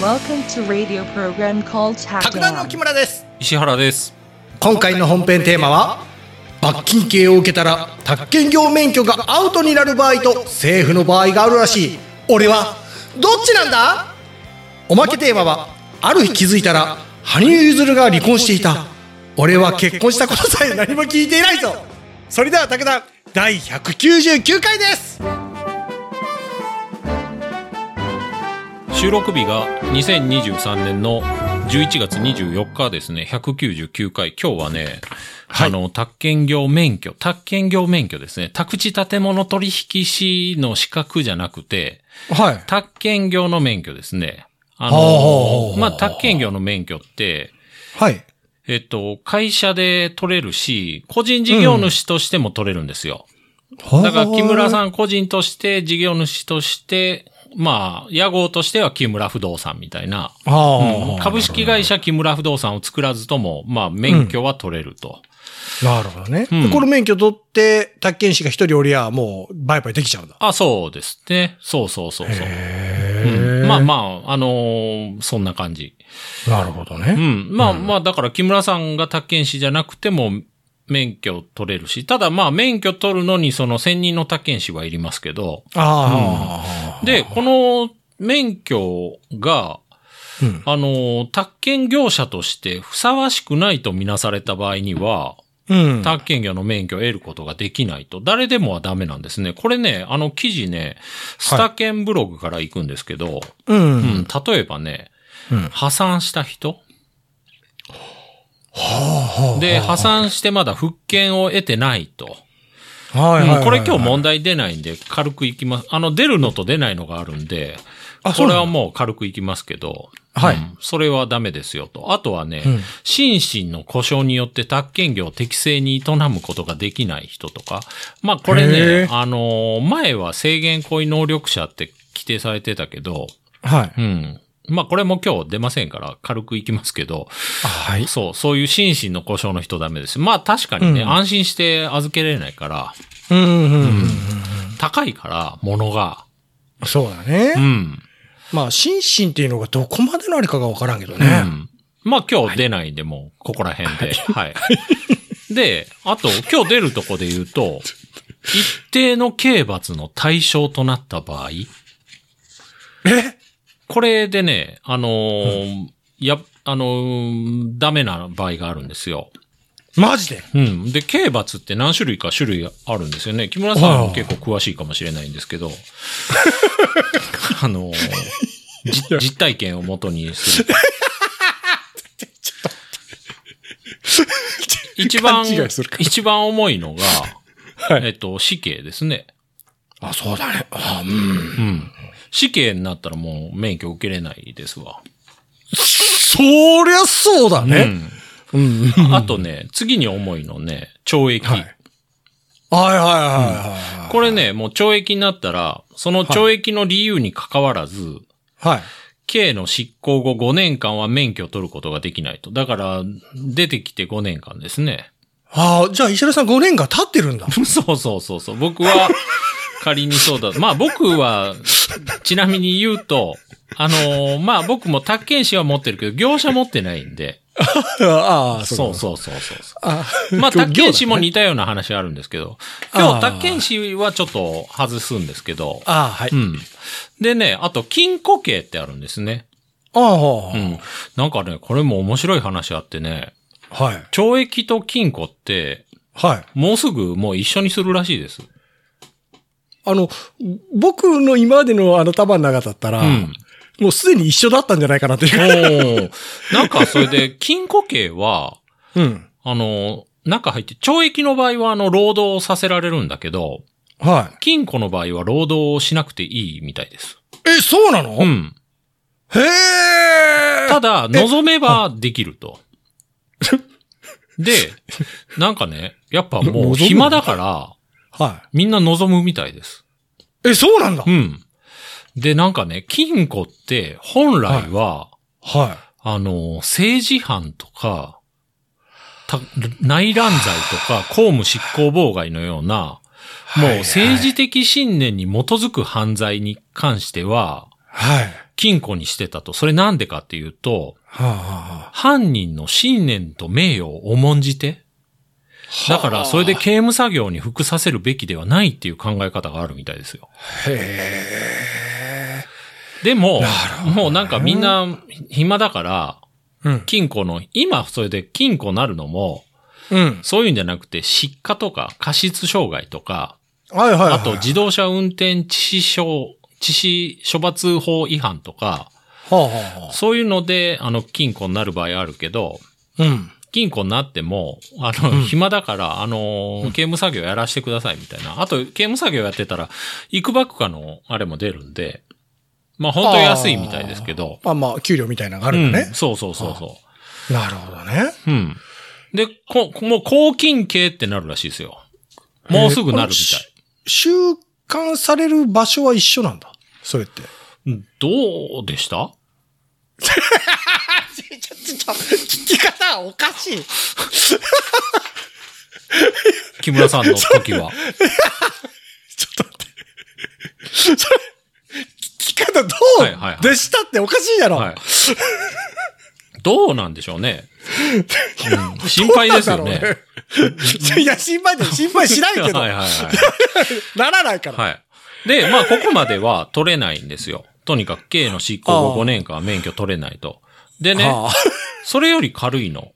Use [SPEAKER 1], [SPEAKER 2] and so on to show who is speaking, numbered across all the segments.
[SPEAKER 1] Welcome to radio program called
[SPEAKER 2] 白弾の
[SPEAKER 1] Hackdown.
[SPEAKER 2] 木村です
[SPEAKER 3] 石原です
[SPEAKER 4] 今回の本編テーマは罰金刑を受けたら宅建業免許がアウトになる場合と政府の場合があるらしい俺はどっちなんだおまけテーマはある日気づいたら羽生結弦が離婚していた俺は結婚したことさえ何も聞いていないぞそれでは武田第199回です
[SPEAKER 3] 収録日が2023年の11月24日ですね199回今日はね、
[SPEAKER 4] はい
[SPEAKER 3] あの宅建業免許宅建業免許ですね宅地建物取引士の資格じゃなくて
[SPEAKER 4] はい
[SPEAKER 3] 宅建業の免許ですねあ
[SPEAKER 4] ほうほうほ
[SPEAKER 3] の
[SPEAKER 4] うほう
[SPEAKER 3] まあ宅建業の免許って
[SPEAKER 4] はい
[SPEAKER 3] えっと、会社で取れるし、個人事業主としても取れるんですよ。だから木村
[SPEAKER 4] ん
[SPEAKER 3] さん個人として、事業主として、まあ、屋号としては木村不動産みたいな。うん株式会社木村不動産を作らずとも、まあ、免許は取れると。
[SPEAKER 4] なるほどね、
[SPEAKER 3] うん
[SPEAKER 4] でこの免許取って宅建士が一人おりゃもう売買できちゃうんだ
[SPEAKER 3] あ、そうですね。そうそうそうそう。
[SPEAKER 4] へ
[SPEAKER 3] うんまあまあ、あのーそんな感じ。
[SPEAKER 4] あ、なるほど
[SPEAKER 3] う
[SPEAKER 4] ね。
[SPEAKER 3] ん。まあまあ、だから木村さんが宅建士じゃなくても、免許取れるし、ただまあ免許取るのにその専任の宅建士はいりますけど、
[SPEAKER 4] ああ、
[SPEAKER 3] で、この免許が、
[SPEAKER 4] うん
[SPEAKER 3] あの、宅建業者としてふさわしくないとみなされた場合には、
[SPEAKER 4] うん。
[SPEAKER 3] 宅建業の免許を得ることができないと、誰でもはダメなんですね。これね、あの記事ね、スタケンブログから行くんですけど、
[SPEAKER 4] うん。
[SPEAKER 3] うん、例えばね、
[SPEAKER 4] うん
[SPEAKER 3] 破産した人で、破産してまだ復権を得てないと。
[SPEAKER 4] は
[SPEAKER 3] うんこれ今
[SPEAKER 4] も
[SPEAKER 3] 日問題出ないんで、軽くいきます。あの、出るのと出ないのがあるんで、
[SPEAKER 4] あそ
[SPEAKER 3] こ
[SPEAKER 4] うな
[SPEAKER 3] れ
[SPEAKER 4] んだ
[SPEAKER 3] はもう軽くいきますけど、
[SPEAKER 4] はい
[SPEAKER 3] うんそれはダメですよと。あとはね、
[SPEAKER 4] うん
[SPEAKER 3] 心身の故障によって宅建業を適正に営むことができない人とか、まあこれ
[SPEAKER 4] へ
[SPEAKER 3] ね
[SPEAKER 4] え、
[SPEAKER 3] あのー前は制限行為能力者って規定されてたけど、
[SPEAKER 4] はい。
[SPEAKER 3] うん。まあこれも今日出ませんから軽くいきますけど、
[SPEAKER 4] はい。
[SPEAKER 3] そう、そういう心身の故障の人ダメです。まあ確かにね、
[SPEAKER 4] うん
[SPEAKER 3] 安心して預けられないから、
[SPEAKER 4] うんうんうん。
[SPEAKER 3] 高いから、物が。
[SPEAKER 4] そうだね
[SPEAKER 3] う。ん。
[SPEAKER 4] まあ、心身っていうのがどこまでのありかがわからんけど
[SPEAKER 3] う
[SPEAKER 4] ね。
[SPEAKER 3] ん。まあ今日出ないんで、もう、ここら辺で。はい。で、あと、今日出るとこで言うと、一定の刑罰の対象となった場合、
[SPEAKER 4] え
[SPEAKER 3] これでね、あのーや、あのーダメな場合があるんですよ。
[SPEAKER 4] マジで
[SPEAKER 3] うん。で、刑罰って何種類か種類あるんですよね。木村さんも結構詳しいかもしれないんですけ ど、あのーじ実体験をもとにする。一番
[SPEAKER 4] 勘違いするか、ら
[SPEAKER 3] 一番重いのが、
[SPEAKER 4] は
[SPEAKER 3] え。っと、死刑ですね。
[SPEAKER 4] あ、そうだね。あうん。
[SPEAKER 3] うん。死刑になったらもう免許受けれないですわ。
[SPEAKER 4] そりゃそうだね。うん。
[SPEAKER 3] うん。あとね、次に重いのね、懲役。
[SPEAKER 4] はいはいはいはいはい。
[SPEAKER 3] これね、もう懲役になったら、その懲役の理由に関わらず、
[SPEAKER 4] はい。
[SPEAKER 3] 刑の執行後5年間は免許を取ることができないと。だから、出てきて5年間ですね。
[SPEAKER 4] ああ、じゃあ石原さん5年が経って るんだ。
[SPEAKER 3] そうそうそうそう。僕は、仮にそうだ。まあ僕は、ちなみに言うと、あのーまあ僕も宅建士は持ってるけど、業者持ってないんで。
[SPEAKER 4] ああ、
[SPEAKER 3] そう
[SPEAKER 4] う。
[SPEAKER 3] そうそうそうそ
[SPEAKER 4] あ
[SPEAKER 3] う。まあ宅建士も
[SPEAKER 4] に。
[SPEAKER 3] 似たような話あるんですけど、今日
[SPEAKER 4] あー
[SPEAKER 3] 宅建士はちょっと外すんですけど、
[SPEAKER 4] ああ、はい。
[SPEAKER 3] うん。でね、あと、禁錮刑ってあるんですね。
[SPEAKER 4] ああ、
[SPEAKER 3] うん。なんかね、これも面白い話あってね、
[SPEAKER 4] はい。
[SPEAKER 3] 懲役と禁錮って、
[SPEAKER 4] はい。
[SPEAKER 3] もうすぐもう一緒にするらしいです。
[SPEAKER 4] あの、僕の今までのあの束の中だったら、
[SPEAKER 3] うん
[SPEAKER 4] もうすでに一緒だったんじゃないかなっていう。
[SPEAKER 3] お なんかそれで、禁錮刑は、
[SPEAKER 4] うん。
[SPEAKER 3] あの、中入って、懲役の場合はあの、労働をさせられるんだけど、
[SPEAKER 4] は
[SPEAKER 3] 禁錮の場合は労働をしなくていいみたいです。
[SPEAKER 4] い。え、そうなの、
[SPEAKER 3] う
[SPEAKER 4] へ
[SPEAKER 3] ん。
[SPEAKER 4] え。
[SPEAKER 3] ただ、望めばできると。で、なんかね、やっぱもう暇だから、
[SPEAKER 4] は
[SPEAKER 3] みんな望むみたいです。
[SPEAKER 4] い。え、そうなんだ。
[SPEAKER 3] うん。で、なんかね、禁錮って本来は、
[SPEAKER 4] は
[SPEAKER 3] あの、政治犯とか、た内乱罪とか、公務執行妨害のような、もう
[SPEAKER 4] はいはい
[SPEAKER 3] 政治的信念に基づく犯罪に関しては、
[SPEAKER 4] い。はい。
[SPEAKER 3] 金庫にしてたと。それなんでかっていうと、
[SPEAKER 4] はあはあ
[SPEAKER 3] 犯人の信念と名誉を重んじて、
[SPEAKER 4] はあ
[SPEAKER 3] だからそれで刑務作業に服させるべきではないっていう考え方があるみたいですよ。
[SPEAKER 4] へ
[SPEAKER 3] でも、もうなんかみんな暇だから、
[SPEAKER 4] え。うん。
[SPEAKER 3] 金庫の、今それで金庫なるのも、
[SPEAKER 4] うん。
[SPEAKER 3] そういうんじゃなくて失火とか過失障害とか、
[SPEAKER 4] はいはい、はい。
[SPEAKER 3] あと自動車運転致死傷、致死処罰法違反とか、
[SPEAKER 4] はあ、は
[SPEAKER 3] そういうので、あの、金庫になる場合あるけど、
[SPEAKER 4] あ、うん。
[SPEAKER 3] 金庫になっても、あの、暇だから、あのー、刑務作業やらしてくださいみたいな。あと、刑務作業やってたら、いくばくかの、あれも出るんで、まあ、本当安いみたいですけど。
[SPEAKER 4] まあまあ、給料みたいなのがあるよ
[SPEAKER 3] う
[SPEAKER 4] ね
[SPEAKER 3] ん、、そうそうそうそ
[SPEAKER 4] なるほどね。
[SPEAKER 3] う。うん。で、こ、もう、拘禁刑ってなるらしいですよ。もうすぐなるみたい。
[SPEAKER 4] 収監される場所は一緒なんだ。それって。
[SPEAKER 3] どうでした
[SPEAKER 4] ちょ、ちょ、ちょ、聞き方おかしい。
[SPEAKER 3] 木村さんの時は。
[SPEAKER 4] ちょっと待って。それ、聞き方どう、
[SPEAKER 3] はいはいはい
[SPEAKER 4] でしたっておかしいやろ。
[SPEAKER 3] はい。どうなんでしょうね。うん心配ですよね。
[SPEAKER 4] いや、心配で、心配しないけど、
[SPEAKER 3] はいはいはい。
[SPEAKER 4] ならないから。
[SPEAKER 3] はい。で、まあ、ここまでは取れないんですよ。とにかく、刑の執行後
[SPEAKER 4] ああ
[SPEAKER 3] 5年間は免許取れないと。でね、
[SPEAKER 4] は
[SPEAKER 3] それより軽いの。
[SPEAKER 4] はい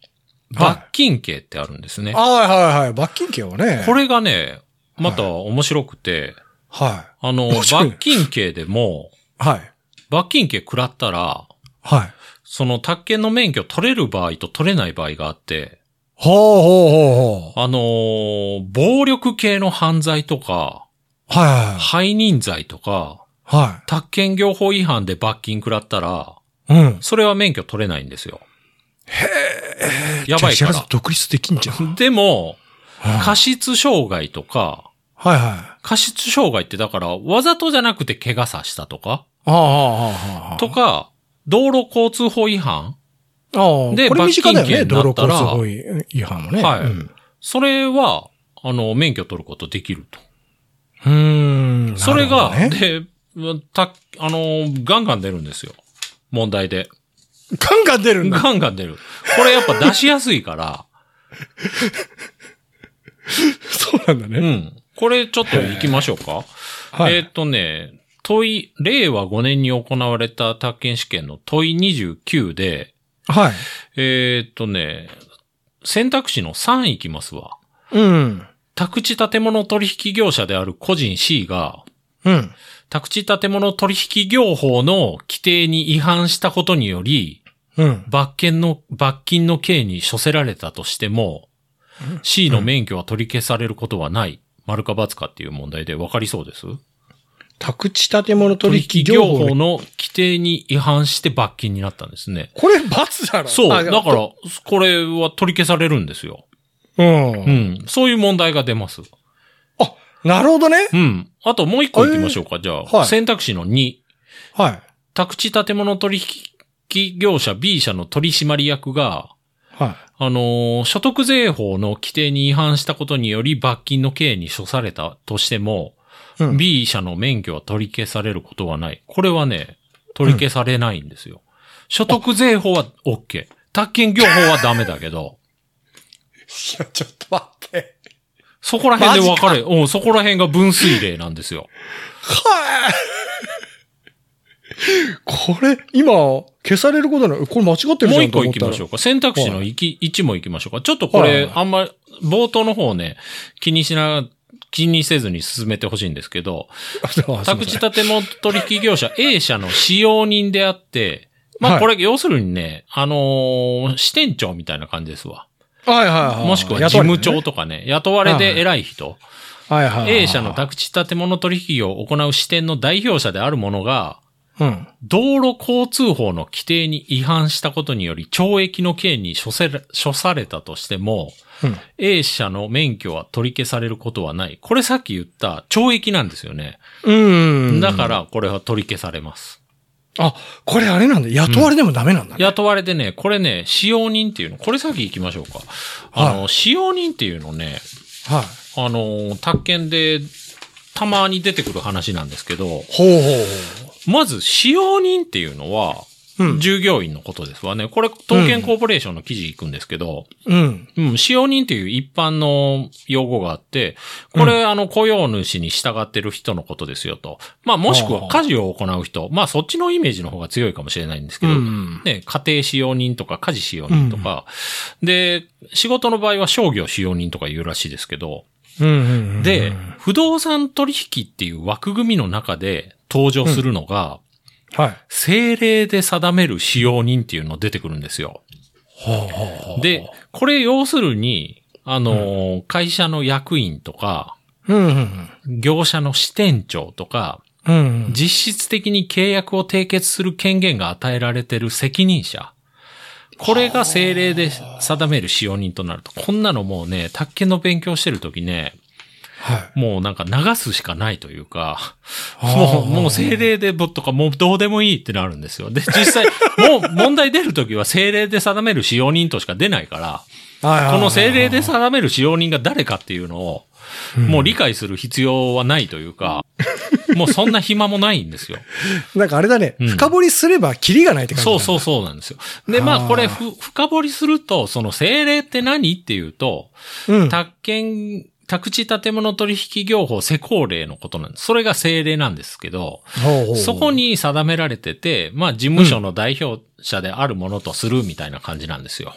[SPEAKER 3] 罰金刑ってあるんですね。
[SPEAKER 4] あ、はいはいはい。罰金刑はね。
[SPEAKER 3] これがね、また面白くて、
[SPEAKER 4] は
[SPEAKER 3] あの、
[SPEAKER 4] 面白い
[SPEAKER 3] 罰金刑でも、
[SPEAKER 4] い。はい。
[SPEAKER 3] 罰金刑食らったら、
[SPEAKER 4] はい。
[SPEAKER 3] その、宅建の免許取れる場合と取れない場合があって、
[SPEAKER 4] ほうほうほうほう。
[SPEAKER 3] あのー暴力系の犯罪とか、
[SPEAKER 4] はい
[SPEAKER 3] 背任罪とか、
[SPEAKER 4] は
[SPEAKER 3] 宅建業法違反で罰金食らったら、
[SPEAKER 4] い。はい。うん。
[SPEAKER 3] それは免許取れないんですよ。へやばい
[SPEAKER 4] じゃ
[SPEAKER 3] か
[SPEAKER 4] あ知らず
[SPEAKER 3] ら。
[SPEAKER 4] 独立できんじゃん。
[SPEAKER 3] でも、
[SPEAKER 4] はい
[SPEAKER 3] 過失傷害とか、
[SPEAKER 4] はい。あ
[SPEAKER 3] 過失傷害ってだから、わざとじゃなくて怪我さしたとか、
[SPEAKER 4] あ、ああ、ああ。
[SPEAKER 3] とか、道路交通法違反
[SPEAKER 4] ああ、
[SPEAKER 3] で
[SPEAKER 4] これ身近だよ
[SPEAKER 3] 罰金刑
[SPEAKER 4] ね。
[SPEAKER 3] にな
[SPEAKER 4] 道路
[SPEAKER 3] った
[SPEAKER 4] 交
[SPEAKER 3] ら
[SPEAKER 4] 通法違反もね。
[SPEAKER 3] はい
[SPEAKER 4] うん
[SPEAKER 3] それは、あの、免許取ることできると。
[SPEAKER 4] うーん。
[SPEAKER 3] それが、
[SPEAKER 4] なるほどね
[SPEAKER 3] で、うんた、あの、ガンガン出るんですよ。問題で。
[SPEAKER 4] ガンガン出るんだ。
[SPEAKER 3] ガンガン出る。これやっぱ出しやす いから、
[SPEAKER 4] そうなんだ
[SPEAKER 3] う
[SPEAKER 4] ね。
[SPEAKER 3] ん。これちょっと行きましょうか。
[SPEAKER 4] はい
[SPEAKER 3] えーっ、とね、問い、令和5年に行われた宅建試験の問い29で、
[SPEAKER 4] はい。
[SPEAKER 3] えーっ、とね、選択肢の3いきますわ。
[SPEAKER 4] うん。
[SPEAKER 3] 宅地建物取引業者である個人 C が、
[SPEAKER 4] うん。
[SPEAKER 3] 宅地建物取引業法の規定に違反したことにより、
[SPEAKER 4] うん。
[SPEAKER 3] 罰金の、罰金の刑に処せられたとしても、C の免許は取り消されることはない。丸か×かっていう問題で分かりそうです
[SPEAKER 4] 宅地建物取引
[SPEAKER 3] 取引
[SPEAKER 4] 業
[SPEAKER 3] 業
[SPEAKER 4] 法
[SPEAKER 3] 法の規定に違反して罰金になったんですね。
[SPEAKER 4] これ罰だろ
[SPEAKER 3] そう。
[SPEAKER 4] あ
[SPEAKER 3] だから、これは取り消されるんですよ。
[SPEAKER 4] うん。
[SPEAKER 3] うん。そういう問題が出ます。
[SPEAKER 4] あ、なるほどね。
[SPEAKER 3] うん。あともう一個行きましょうか。じゃあ、
[SPEAKER 4] はい
[SPEAKER 3] 選択肢の2。
[SPEAKER 4] はい。
[SPEAKER 3] 宅地建物取引業者 B 社の取締役が、
[SPEAKER 4] は
[SPEAKER 3] あのー所得税法の規定に違反したことにより罰金の刑に処されたとしても、
[SPEAKER 4] い。うん。
[SPEAKER 3] B 社の免許は取り消されることはない。これはね、取り消されないんですよ。所得税法は OK。宅建業法はダメだけど、
[SPEAKER 4] いや、ちょっと待って。
[SPEAKER 3] そこら辺で分かれ、うん、そこら辺が分水嶺なんですよ。
[SPEAKER 4] はい。これ、今、消されることない。これ間違ってるじ
[SPEAKER 3] も
[SPEAKER 4] ゃ
[SPEAKER 3] うん一
[SPEAKER 4] と
[SPEAKER 3] 個
[SPEAKER 4] 思
[SPEAKER 3] 行
[SPEAKER 4] っ
[SPEAKER 3] き
[SPEAKER 4] たら
[SPEAKER 3] ましょうか。選択肢の
[SPEAKER 4] はい
[SPEAKER 3] き1も行きましょうか。ちょっとこ
[SPEAKER 4] はいはい
[SPEAKER 3] れ
[SPEAKER 4] は、い
[SPEAKER 3] あんま、冒頭の方ね、気にしな、気にせずに進めてほしいんですけど、
[SPEAKER 4] あすいません
[SPEAKER 3] 宅地建物取引業者 A 社の使用人であって、ま
[SPEAKER 4] は
[SPEAKER 3] あ
[SPEAKER 4] い
[SPEAKER 3] これ、要するにね、あのー支店長みたいな感じですわ。
[SPEAKER 4] はいはいはい。
[SPEAKER 3] もしくは事務長とかね、雇われ
[SPEAKER 4] はいは
[SPEAKER 3] で
[SPEAKER 4] い
[SPEAKER 3] 偉い人、
[SPEAKER 4] はいはいはいはい。
[SPEAKER 3] A 社の宅地建物取引を行う支店の代表者である者が、
[SPEAKER 4] うん。
[SPEAKER 3] 道路交通法の規定に違反したことにより懲役の刑に処せら処されたとしても、
[SPEAKER 4] うん
[SPEAKER 3] A 社の免許は取り消されることはない。これさっき言った懲役なんですよね。
[SPEAKER 4] うん。
[SPEAKER 3] だか。らこれは取り消されます。
[SPEAKER 4] あ、これあれなんだ。雇われでもダメなんだね。
[SPEAKER 3] 雇われてね、これね、使用人っていうの、これ先行きましょうか。あの、
[SPEAKER 4] は
[SPEAKER 3] 使用人っていうのね、
[SPEAKER 4] はい。
[SPEAKER 3] あの、宅建でたまに出てくる話なんですけど、
[SPEAKER 4] ほうほう
[SPEAKER 3] まず、使用人っていうのは、
[SPEAKER 4] うん
[SPEAKER 3] 従業員のことですわね。これ、東建コーポレーションの記事行くんですけど、
[SPEAKER 4] うん。
[SPEAKER 3] うん、使用人っていう一般の用語があって、これ、あの、雇用主に従ってる人のことですよと。まあ、もしく
[SPEAKER 4] ほうほ
[SPEAKER 3] は
[SPEAKER 4] う
[SPEAKER 3] 家事を行う人。まあ、そっちのイメージの方が強いかもしれないんですけ
[SPEAKER 4] う
[SPEAKER 3] ど、
[SPEAKER 4] ん。
[SPEAKER 3] ね、家庭使用人とか家事使用人とか、で、仕事の場合は商業使用人とか言うらしいですけど、
[SPEAKER 4] うん。
[SPEAKER 3] で、不動産取引っていう枠組みの中で登場するのが、
[SPEAKER 4] はい。
[SPEAKER 3] 政令で定める使用人っていうの出てくるんですよ。で、これ要するに、あのー会社の役員とか、
[SPEAKER 4] うん。うん。
[SPEAKER 3] 業者の支店長とか、
[SPEAKER 4] うん。
[SPEAKER 3] 実質的に契約を締結する権限が与えられてる責任者。これが政令で定める使用人となると。こんなのもうね、宅建の勉強してるときね、
[SPEAKER 4] はい。
[SPEAKER 3] もうなんか流すしかないというか、
[SPEAKER 4] あー
[SPEAKER 3] もう、もう政令でぼとかもうどうでもいいってなるんですよ。で、実際、 もう問題出るときは政令で定める使用人としか出ないから、こ
[SPEAKER 4] こ
[SPEAKER 3] の政令で定める使用人が誰かっていうのを、もう理解する必要はないというか、もうそんな暇もないんですよ。
[SPEAKER 4] なんかあれだね、
[SPEAKER 3] うん
[SPEAKER 4] 深掘りすればキリがないって感じ。
[SPEAKER 3] そうそううそうなんですよ。で、ま
[SPEAKER 4] あー
[SPEAKER 3] あこれふ、深掘りすると、その政令って何っていうと、
[SPEAKER 4] うん。
[SPEAKER 3] 宅建、宅地建物取引業法施行令のことなんです。それが政令なんですけど、
[SPEAKER 4] ほうほう
[SPEAKER 3] そこ。に定められてて、まあ事務所の代表者であるものとするみたいな感じなんですよ。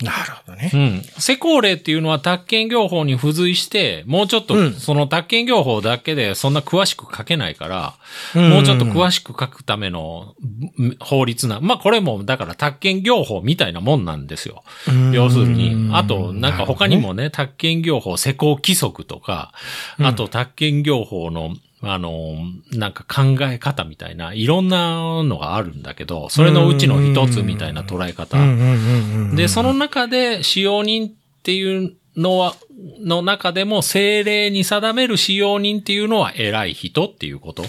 [SPEAKER 4] なるほどね
[SPEAKER 3] う。ん。施行令っていうのは宅建業法に付随して、もうちょっと、
[SPEAKER 4] うん
[SPEAKER 3] その宅建業法だけでそんな詳しく書けないから、
[SPEAKER 4] ん
[SPEAKER 3] もうちょっと詳しく書くためのうん法律な、まあこれもだから宅建業法みたいなもんなんですよ。
[SPEAKER 4] うん
[SPEAKER 3] 要するに、あと、なんか他に。
[SPEAKER 4] なる
[SPEAKER 3] もね、宅建業法施行規則とか、あと宅建業法の、あの、なんか考え方みたいな、いろんなのがあるんだけど、それのうちの一つみたいな捉え方
[SPEAKER 4] ほど。ねうんうんうんうん。
[SPEAKER 3] で、その中で使用人っていうのは、の中でも政令に定める使用人っていうのは偉い人っていうこと。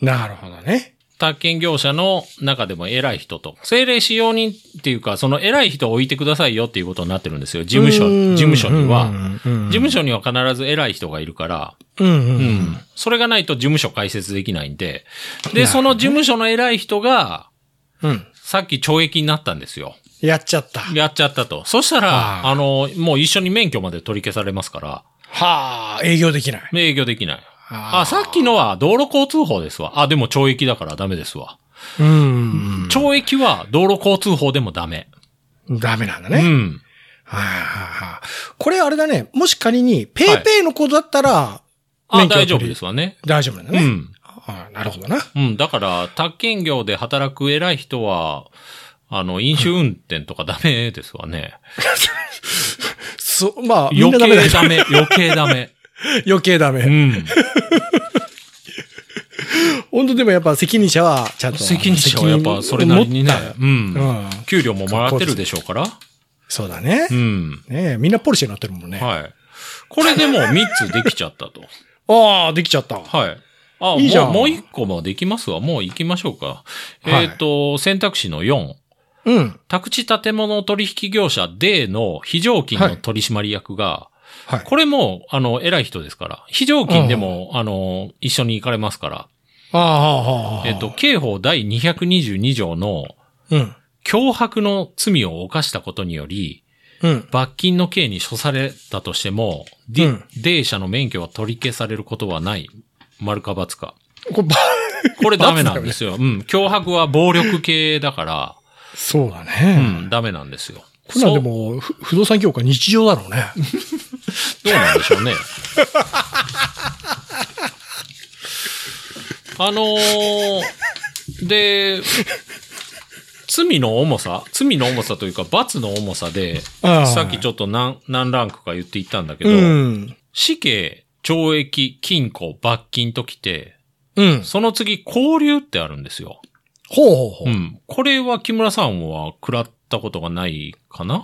[SPEAKER 4] なるほどね。
[SPEAKER 3] 宅建業者の中でも偉い人と、政令使用人っていうか、その偉い人を置いてくださいよっていうことになってるんですよ。事務所、
[SPEAKER 4] うん
[SPEAKER 3] 事務所には。
[SPEAKER 4] うんうんうん
[SPEAKER 3] 事務所には必ず偉い人がいるから、
[SPEAKER 4] うんう。
[SPEAKER 3] うんん。それがないと事務所開設できないんで、で、その事務所の偉い人が、
[SPEAKER 4] うん。
[SPEAKER 3] さっき懲役になったんですよ。
[SPEAKER 4] やっちゃった。
[SPEAKER 3] やっちゃったと。そした
[SPEAKER 4] あ
[SPEAKER 3] ら、
[SPEAKER 4] あ
[SPEAKER 3] あの、もう一緒に免許まで取り消されますから、
[SPEAKER 4] はあ、営業できない。
[SPEAKER 3] 営業できない。
[SPEAKER 4] ああ
[SPEAKER 3] あ、さっきのは道路交通法ですわ。あ、でも懲役だからダメですわ。
[SPEAKER 4] うん。
[SPEAKER 3] 懲役は道路交通法でもダメ。
[SPEAKER 4] ダメなんだ
[SPEAKER 3] う
[SPEAKER 4] ね。
[SPEAKER 3] ん。
[SPEAKER 4] はいはいはい。これあれだね、もし仮に、ペイペイの子だったら、
[SPEAKER 3] あ、
[SPEAKER 4] 免許を取
[SPEAKER 3] 大
[SPEAKER 4] り
[SPEAKER 3] 丈夫ですわね。
[SPEAKER 4] 大丈夫なんだ
[SPEAKER 3] う
[SPEAKER 4] ね。
[SPEAKER 3] ん。
[SPEAKER 4] ああなるほどな。
[SPEAKER 3] うん。だから、宅建業で働く偉い人は、あの、飲酒運転とかダメですわね。
[SPEAKER 4] そう、まあ、 みんな
[SPEAKER 3] 余
[SPEAKER 4] ダメだ
[SPEAKER 3] 計ダメ、余計ダ メ。
[SPEAKER 4] 余計ダ
[SPEAKER 3] う
[SPEAKER 4] メ。
[SPEAKER 3] ん。
[SPEAKER 4] 本当でもやっぱ責任者は、ちゃんと。
[SPEAKER 3] 責任者はやっぱそれなりにね
[SPEAKER 4] 責任を持っ。
[SPEAKER 3] う
[SPEAKER 4] うん
[SPEAKER 3] ん。給料ももらってるでしょうから。
[SPEAKER 4] たそうだね
[SPEAKER 3] う。ん。
[SPEAKER 4] ねえみんなポルシェになってるもんね。
[SPEAKER 3] はい。これでもう3つできちゃったと。
[SPEAKER 4] ああ、できちゃった。
[SPEAKER 3] はい。あ、
[SPEAKER 4] いいじゃん
[SPEAKER 3] もう、もう1個もできますわ。もう行きましょうか。
[SPEAKER 4] はい
[SPEAKER 3] えっ、と、選択肢の4。
[SPEAKER 4] うん。
[SPEAKER 3] 宅地建物取引業者 D の非常勤の取締役が、
[SPEAKER 4] はい。
[SPEAKER 3] これも、あの、偉い人ですから。非常勤でも、あの、一緒に行かれますから。
[SPEAKER 4] ああ、ああ、
[SPEAKER 3] えっ、と、、刑法第222条の、
[SPEAKER 4] うん。
[SPEAKER 3] 脅迫の罪を犯したことにより、
[SPEAKER 4] うん。
[SPEAKER 3] 罰金の刑に処されたとしても、D、
[SPEAKER 4] うん
[SPEAKER 3] 社の免許は取り消されることはない。丸か×か。
[SPEAKER 4] これ、ば、
[SPEAKER 3] これダメな んですよ。うん。脅迫は暴力系だから、
[SPEAKER 4] そうだ
[SPEAKER 3] う
[SPEAKER 4] ね。
[SPEAKER 3] ん、ダメなんですよ。
[SPEAKER 4] こんなんで
[SPEAKER 3] そう
[SPEAKER 4] も、ふ不動産業界日常だろうね。
[SPEAKER 3] どうなんでし ょうね。あのーで、罪の重さ罪の重さというか、罰の重さで、
[SPEAKER 4] ああ
[SPEAKER 3] さっきちょっと何、何ランクか言っていったんだけど、
[SPEAKER 4] うん。
[SPEAKER 3] 死刑、懲役、禁錮、罰金ときて、
[SPEAKER 4] うん。
[SPEAKER 3] その次、交留ってあるんですよ。
[SPEAKER 4] ほうほうほう。
[SPEAKER 3] うん。これは木村さんは食らったことがない かな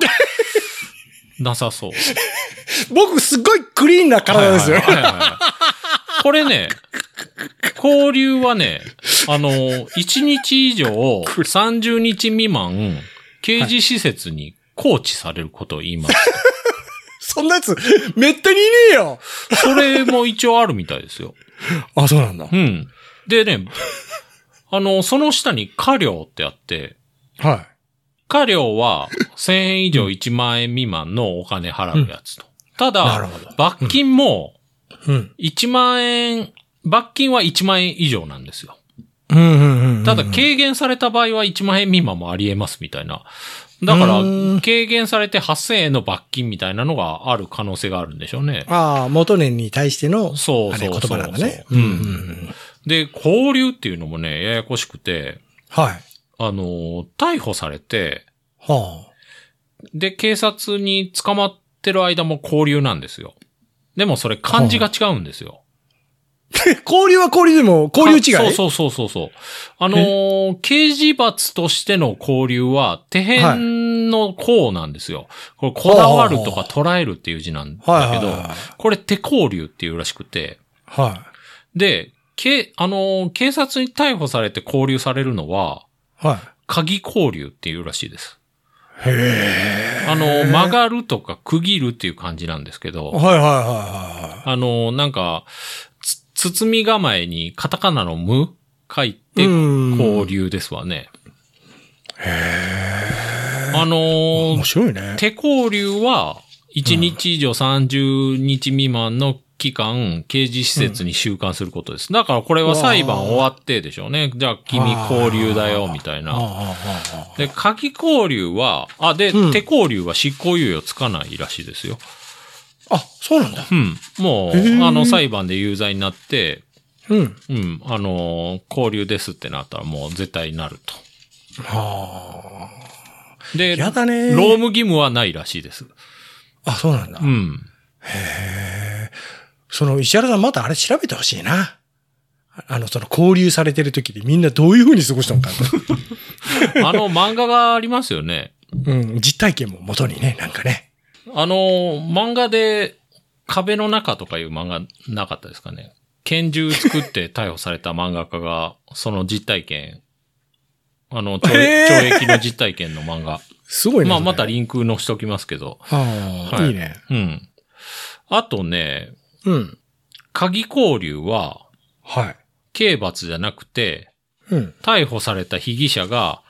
[SPEAKER 3] なさそう。
[SPEAKER 4] 僕、すっごいクリーンな体ですよ。
[SPEAKER 3] はいはいはいはいはいこれね、交流はね、あの、1日以上30日未満、刑事施設に放置されることを言います。
[SPEAKER 4] そんなやつ、めったにいねえよ。
[SPEAKER 3] それも一応あるみたいですよ。
[SPEAKER 4] あ、そうなんだ
[SPEAKER 3] う。ん。でね、ああの、その下に家料ってあって、
[SPEAKER 4] は
[SPEAKER 3] 家料は1000円以上1万円未満のお金払うやつと。た
[SPEAKER 4] なる
[SPEAKER 3] だ
[SPEAKER 4] ほど、
[SPEAKER 3] 罰金も
[SPEAKER 4] い。うん。
[SPEAKER 3] 1万円、罰金は1万円以上なんですよ。
[SPEAKER 4] うんうんうん。
[SPEAKER 3] ただ、軽減された場合は1万円未満もあり得ますみたいな。だから
[SPEAKER 4] うーん、
[SPEAKER 3] 軽減されて8000円の罰金みたいなのがある可能性があるんでしょうね。
[SPEAKER 4] ああ、元年に対しての、
[SPEAKER 3] そう
[SPEAKER 4] あ
[SPEAKER 3] そ
[SPEAKER 4] れ、
[SPEAKER 3] う
[SPEAKER 4] 言
[SPEAKER 3] そう
[SPEAKER 4] 葉なんだね。
[SPEAKER 3] うん
[SPEAKER 4] うんうん
[SPEAKER 3] で、交留っていうのもね、ややこしくて、
[SPEAKER 4] はい。
[SPEAKER 3] あの、逮捕されて、
[SPEAKER 4] は
[SPEAKER 3] で、警察に捕まってる間も交流なんですよ。でもそれ漢字が違うんですよ。
[SPEAKER 4] あ。 交流は交流でも、交流違い
[SPEAKER 3] かそうそうそうそうそう。あのー刑事罰としての交流は、手
[SPEAKER 4] はい
[SPEAKER 3] 辺の項なんですよ。これ、こだわるとか捉えるっていう字なんだけど、
[SPEAKER 4] はいはいはい
[SPEAKER 3] これ手交流っていうらしくて、
[SPEAKER 4] は
[SPEAKER 3] で、け、あのー警察に逮捕されて交流されるのは、
[SPEAKER 4] い。は
[SPEAKER 3] 鍵交流っていうらしいです。
[SPEAKER 4] い。へえ。
[SPEAKER 3] あのー曲がるとか区切るっていう感じなんですけど、
[SPEAKER 4] はいはいはいはい。
[SPEAKER 3] あの、なんか、つ、包み構えにカタカナの無書いて、
[SPEAKER 4] うん
[SPEAKER 3] 交流ですわね。あの
[SPEAKER 4] 面、白いね。
[SPEAKER 3] 手交流は、1日以上30日未満の期間、刑事施設に収監することです。だからこれは裁判終わってでしょうね。じゃあ君交流だよ、みたいな。
[SPEAKER 4] あ
[SPEAKER 3] で、鍵交流は、あ、で、
[SPEAKER 4] うん
[SPEAKER 3] 手交流は執行猶予つかないらしいですよ。
[SPEAKER 4] あ、そうなんだ。
[SPEAKER 3] うん。も
[SPEAKER 4] へ
[SPEAKER 3] う、
[SPEAKER 4] ー
[SPEAKER 3] あの、裁判で有罪になって、
[SPEAKER 4] うん。
[SPEAKER 3] うん、あのー交流ですってなったらもう絶対なると。
[SPEAKER 4] はあ。
[SPEAKER 3] で、
[SPEAKER 4] や
[SPEAKER 3] 労
[SPEAKER 4] だね。
[SPEAKER 3] 務義務はないらしいです。
[SPEAKER 4] あ、そうなんだ
[SPEAKER 3] う。ん。
[SPEAKER 4] その、石原さんまたあれ調べてほしいな。あの、その、交流されてる時にみんなどういう風に過ごしたの かって。
[SPEAKER 3] あの漫画がありますよね。
[SPEAKER 4] うん。実体験も元にね、なんかね。
[SPEAKER 3] あのー漫画で壁の中とかいう漫画なかったですかね。拳銃作って逮捕された漫画家が、その実体験、あの、懲
[SPEAKER 4] へー
[SPEAKER 3] 懲役の実体験の漫 画。
[SPEAKER 4] すごいね。
[SPEAKER 3] まあ、
[SPEAKER 4] それ
[SPEAKER 3] またリンク載しておきますけど。
[SPEAKER 4] はあ、、
[SPEAKER 3] はいい
[SPEAKER 4] いね。
[SPEAKER 3] うん。あとね、
[SPEAKER 4] うん。
[SPEAKER 3] 鍵交流は、
[SPEAKER 4] はい。
[SPEAKER 3] 刑罰じゃなくて、
[SPEAKER 4] うん。
[SPEAKER 3] 逮捕された被疑者が、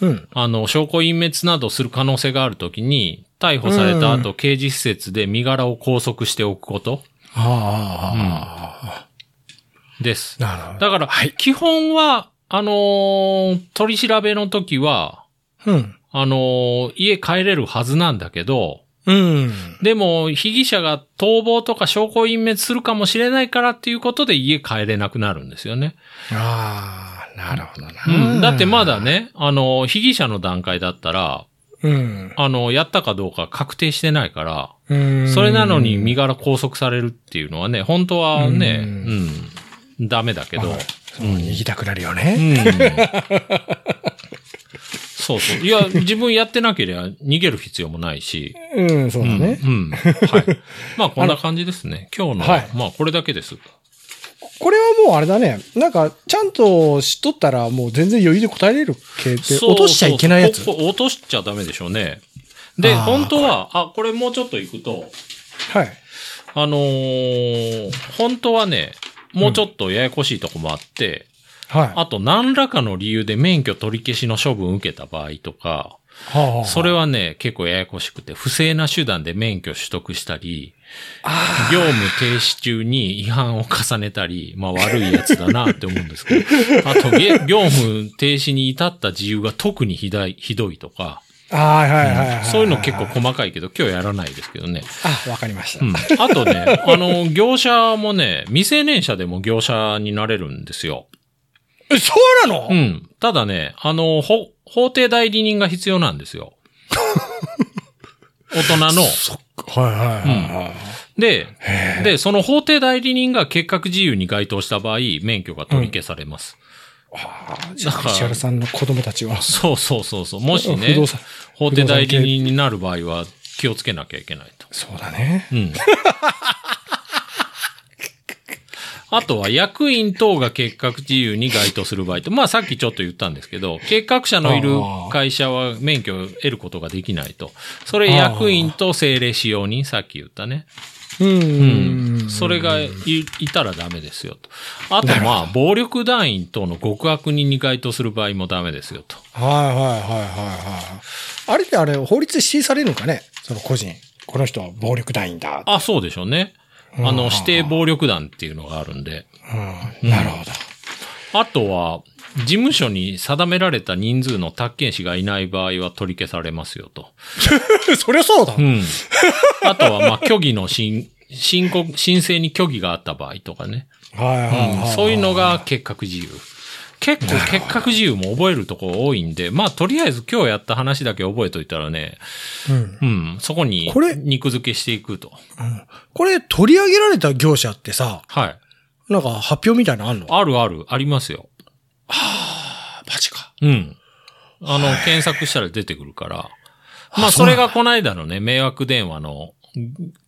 [SPEAKER 4] うん。
[SPEAKER 3] あの、証拠隠滅などする可能性があるときに、逮捕された後、刑事施設で身柄を拘束しておくこと
[SPEAKER 4] ああ、
[SPEAKER 3] です。
[SPEAKER 4] なるほど。
[SPEAKER 3] だから、基本は、あのー取り調べの時は、
[SPEAKER 4] うん。
[SPEAKER 3] あのー家帰れるはずなんだけど、
[SPEAKER 4] うん。
[SPEAKER 3] でも、被疑者が逃亡とか証拠隠滅するかもしれないからっていうことで家帰れなくなるんですよね。
[SPEAKER 4] ああ、なるほどな、
[SPEAKER 3] うん。だってまだ。ね、あのー被疑者の段階だったら、
[SPEAKER 4] うん。
[SPEAKER 3] あの、やったかどうか確定してないから、
[SPEAKER 4] うん。
[SPEAKER 3] それなのに身柄拘束されるっていうのはね、本当は
[SPEAKER 4] う
[SPEAKER 3] ね、うん、ダメだけど、
[SPEAKER 4] は
[SPEAKER 3] う
[SPEAKER 4] い
[SPEAKER 3] ん
[SPEAKER 4] 逃げたくなるよ
[SPEAKER 3] う
[SPEAKER 4] ね。
[SPEAKER 3] ん。そうそう。いや、自分やってなければ逃げる必要もないし、
[SPEAKER 4] うん、そう
[SPEAKER 3] う
[SPEAKER 4] だ
[SPEAKER 3] ん、
[SPEAKER 4] ね。
[SPEAKER 3] うん。はい。まあ、こんな感じですね。今日の、
[SPEAKER 4] はい
[SPEAKER 3] まあ、これだけです。
[SPEAKER 4] これはもうあれだね。なんか、ちゃんと知っとったら、もう全然余裕で答えれる系で、
[SPEAKER 3] そう
[SPEAKER 4] 落としちゃいけないやつ。
[SPEAKER 3] そうここ落としちゃダメでしょうね。で、
[SPEAKER 4] あー
[SPEAKER 3] 本当は、あ、これもうちょっといくと、
[SPEAKER 4] はい。
[SPEAKER 3] あのー本当はね、もうちょっとややこしいとこもあって、
[SPEAKER 4] はい。
[SPEAKER 3] あと何らかの理由で免許取り消しの処分を受けた場合とか、
[SPEAKER 4] はあ
[SPEAKER 3] それはね、結構ややこしくて、不正な手段で免許取得したり、業務停止中に違反を重ねたり、まあ悪いやつだなって思うんですけど、 あとげ業務停止に至った自由が特にひどいひどいとか、
[SPEAKER 4] はいはいはいはい。
[SPEAKER 3] そういうの結構細かいけど、今日やらないですけどね。
[SPEAKER 4] あ、わかりました。
[SPEAKER 3] うん。あとね、あの、業者もね、未成年者でも業者になれるんですよ。
[SPEAKER 4] え、そうなの
[SPEAKER 3] うん。ただね、あの、ほ法定代理人が必要なんで すよ。大人の。
[SPEAKER 4] そっか。はいはいはいはい。
[SPEAKER 3] で、で、その法定代理人が結核自由に該当した場合、免許が取り消されます。
[SPEAKER 4] あじゃ
[SPEAKER 3] だ
[SPEAKER 4] あ
[SPEAKER 3] から
[SPEAKER 4] 石原さんの子供たちは。
[SPEAKER 3] そうそうそうそう。もし
[SPEAKER 4] 不
[SPEAKER 3] ね
[SPEAKER 4] 動産、
[SPEAKER 3] 法定代理人になる場合は気をつけなきゃいけないと。
[SPEAKER 4] そうだね。
[SPEAKER 3] うん。 あとは役員等が結核自由に該当する場合と、まあさっきちょっと言ったんですけど、結核者のいる会社は免許を得ることができないと。それ役員と政令使用人、さっき言ったね。
[SPEAKER 4] うん
[SPEAKER 3] うんそれがいいたらダメですよと。あと、まあ、暴力団員等の極悪人に該当する場合もダメですよと。
[SPEAKER 4] はいはいはいはいはい。あれってあれ、法律で指定されるのかねその個人。この人は暴力団員だ。
[SPEAKER 3] あ、そうでしょうね。あ
[SPEAKER 4] うん
[SPEAKER 3] の、指定暴力団っていうのがあるんで。
[SPEAKER 4] うん、なるほど。
[SPEAKER 3] あとは、事務所に定められた人数の宅建士がいない場合は取り消されますよと。
[SPEAKER 4] そりゃそうだ。
[SPEAKER 3] うん。あとは、まあ、虚偽の申、申告、申請に虚偽があった場合とかね。
[SPEAKER 4] はいはいはい、はい
[SPEAKER 3] そういうのが結核自由。結構結核自由も覚えるとこ多いんで、まあとりあえず今日やった話だけ覚えといたらね、
[SPEAKER 4] うん
[SPEAKER 3] うん、そこに
[SPEAKER 4] これ
[SPEAKER 3] 肉付けしていくと。
[SPEAKER 4] これ取り上げられた業者ってさ、
[SPEAKER 3] はい。
[SPEAKER 4] なんか発表みたいなのあんの
[SPEAKER 3] あるある、ありますよ。
[SPEAKER 4] マジか。
[SPEAKER 3] うん。あの、検索したら出てくるから。まあ、それがこの間のね、迷惑電話の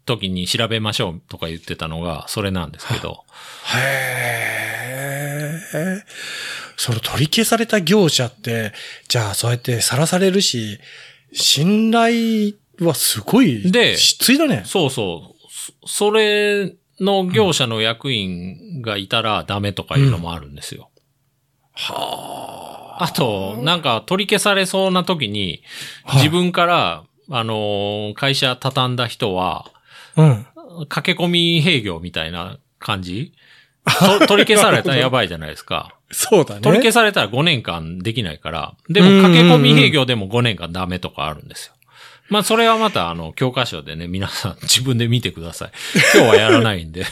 [SPEAKER 3] 時に調べましょうとか言ってたのが、それなんですけど。
[SPEAKER 4] へえ。その取り消された業者って、じゃあそうやってさらされるし、信頼はすごい、
[SPEAKER 3] で
[SPEAKER 4] 失墜だね。
[SPEAKER 3] そうそう。そそれの業者の役員がいたらダメとかいうのもあるんですよ。はあ。あと、なんか取り消されそうな時に、
[SPEAKER 4] はい
[SPEAKER 3] 自分から、あのー、会社畳んだ人は、
[SPEAKER 4] うん。
[SPEAKER 3] 駆け込み営業みたいな感じと取り消されたらやばいじゃないですか。
[SPEAKER 4] そうだね。
[SPEAKER 3] 取り消されたら5年間できないから、でも駆け込み営業でも5年間ダメとかあるんですよ。まあそれはまたあの教科書でね、皆さん自分で見てくだ さい。今日はやらないんで。
[SPEAKER 4] へ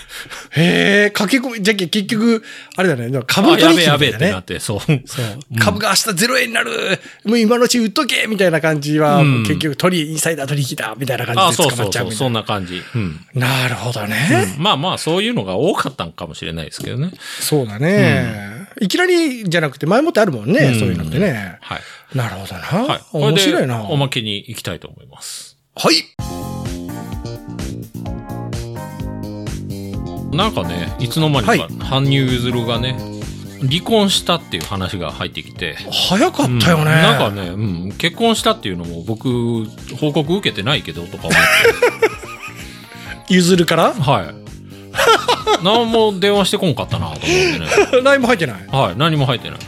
[SPEAKER 4] え、駆け込み、じゃあ結局、あれだね、株
[SPEAKER 3] あ、
[SPEAKER 4] 取引
[SPEAKER 3] や
[SPEAKER 4] み
[SPEAKER 3] べ
[SPEAKER 4] たいな
[SPEAKER 3] えやべえって
[SPEAKER 4] ね
[SPEAKER 3] なって、そう。
[SPEAKER 4] そう株が明日0円になるもう今のうち売っとけみたいな感じは、
[SPEAKER 3] うん
[SPEAKER 4] 結局取り、インサイダー取引だみたいな感
[SPEAKER 3] あ、
[SPEAKER 4] じで
[SPEAKER 3] そ
[SPEAKER 4] 捕
[SPEAKER 3] う
[SPEAKER 4] ま
[SPEAKER 3] そ
[SPEAKER 4] っ
[SPEAKER 3] う
[SPEAKER 4] ちゃう
[SPEAKER 3] そ
[SPEAKER 4] み
[SPEAKER 3] う、
[SPEAKER 4] た
[SPEAKER 3] そ
[SPEAKER 4] い
[SPEAKER 3] ん
[SPEAKER 4] な。
[SPEAKER 3] な感じ。うん。
[SPEAKER 4] なるほどね。
[SPEAKER 3] まあまあ、そういうのが多かったんかもしれないですけどね。
[SPEAKER 4] そうだね。いきなりじゃなくて前もってあるもんね、
[SPEAKER 3] ん
[SPEAKER 4] そういうのってね。
[SPEAKER 3] はい。
[SPEAKER 4] なるほどな。
[SPEAKER 3] はい。これで
[SPEAKER 4] 面白いな。
[SPEAKER 3] おまけに行きたいと思います。
[SPEAKER 4] はい。
[SPEAKER 3] なんかね、いつの間に
[SPEAKER 4] はい
[SPEAKER 3] か、羽生結弦がね、離婚したっていう話が入ってきて。
[SPEAKER 4] 早かったよね。
[SPEAKER 3] うんなんかね、うん、結婚したっていうのも僕、報告受けてないけど、とか思 って。
[SPEAKER 4] 譲るから
[SPEAKER 3] はい。何も電話してこんかったな、と思ってね。
[SPEAKER 4] ?LINE も入ってない。
[SPEAKER 3] はい、何も入ってない。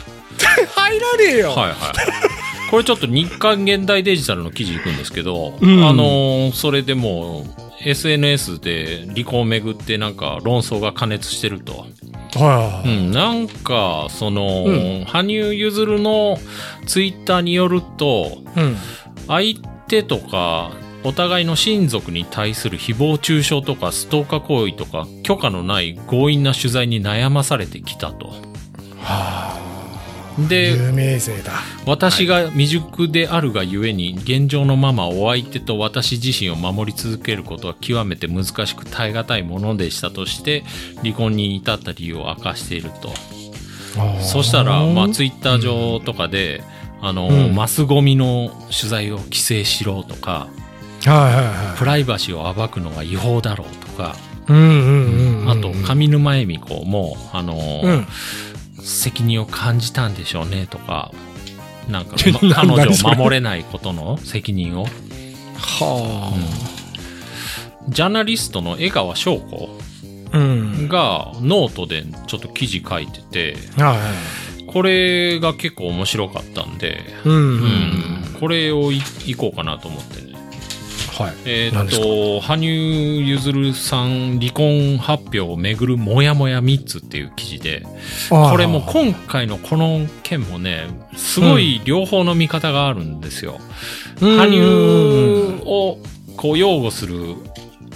[SPEAKER 4] 入らねえよ。
[SPEAKER 3] はいはい。これちょっと日刊現代デジタルの記事いくんですけど、
[SPEAKER 4] うん
[SPEAKER 3] あのーそれでもう SNS で離婚をめぐってなんか論争が過熱してると。
[SPEAKER 4] は
[SPEAKER 3] う
[SPEAKER 4] い。
[SPEAKER 3] ん、なんか、その、
[SPEAKER 4] うん
[SPEAKER 3] 羽生結弦のツイッターによると、
[SPEAKER 4] うん。
[SPEAKER 3] 相手とかお互いの親族に対する誹謗中傷とかストーカー行為とか許可のない強引な取材に悩まされてきたと。で
[SPEAKER 4] 有名税だ。
[SPEAKER 3] 私が未熟であるがゆえに現状のままお相手と私自身を守り続けることは極めて難しく耐え難いものでしたとして離婚に至った理由を明かしていると。そしたら、まあ、ツイッター上とかで、あの、
[SPEAKER 4] うん
[SPEAKER 3] マスゴミの取材を規制しろとか、
[SPEAKER 4] はいはいは
[SPEAKER 3] プライバシーを暴くのが違法だろうとか、
[SPEAKER 4] い。うんうんうんうん。
[SPEAKER 3] あと上沼恵美子も、あの
[SPEAKER 4] う
[SPEAKER 3] ー
[SPEAKER 4] ん。
[SPEAKER 3] 責任を感じたんでしょうねとか、な んか、
[SPEAKER 4] 何
[SPEAKER 3] ま彼女
[SPEAKER 4] 何それ
[SPEAKER 3] を守れないことの責任を。
[SPEAKER 4] は
[SPEAKER 3] ジャーナリストの江川翔子
[SPEAKER 4] あ。うん。
[SPEAKER 3] がノートでちょっと記事書いてて、
[SPEAKER 4] はいはい。
[SPEAKER 3] これが結構面白かったんで、
[SPEAKER 4] うん。
[SPEAKER 3] うん、これをいいこうかなと思ってね。
[SPEAKER 4] はい。
[SPEAKER 3] えー
[SPEAKER 4] 何
[SPEAKER 3] っ
[SPEAKER 4] ですか
[SPEAKER 3] と、羽生結弦さん離婚発表をめぐるモヤモヤ3つっていう記事で、これもう今回のこの件もね、すごい両方の見方があるんですよ。
[SPEAKER 4] うん
[SPEAKER 3] 羽生をこう擁護する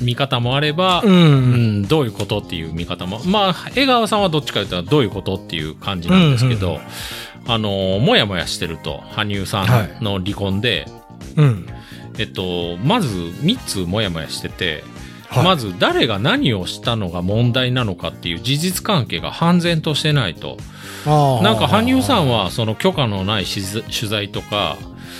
[SPEAKER 3] 見方もあれば、
[SPEAKER 4] う。
[SPEAKER 3] うんん、どういうことっていう見方も、まあ、江川さんはどっちかというとどういうことっていう感じなんですけど、
[SPEAKER 4] うんう
[SPEAKER 3] あの、もやもやしてると、羽生さんの離婚で、
[SPEAKER 4] うん。
[SPEAKER 3] えっと、まず3つもやもやしてて、ま
[SPEAKER 4] ず、
[SPEAKER 3] ず誰が何をしたのが問題なのかっていう事実関係が判然としてないと。なんか羽生さんはその許可のないしず取材とか、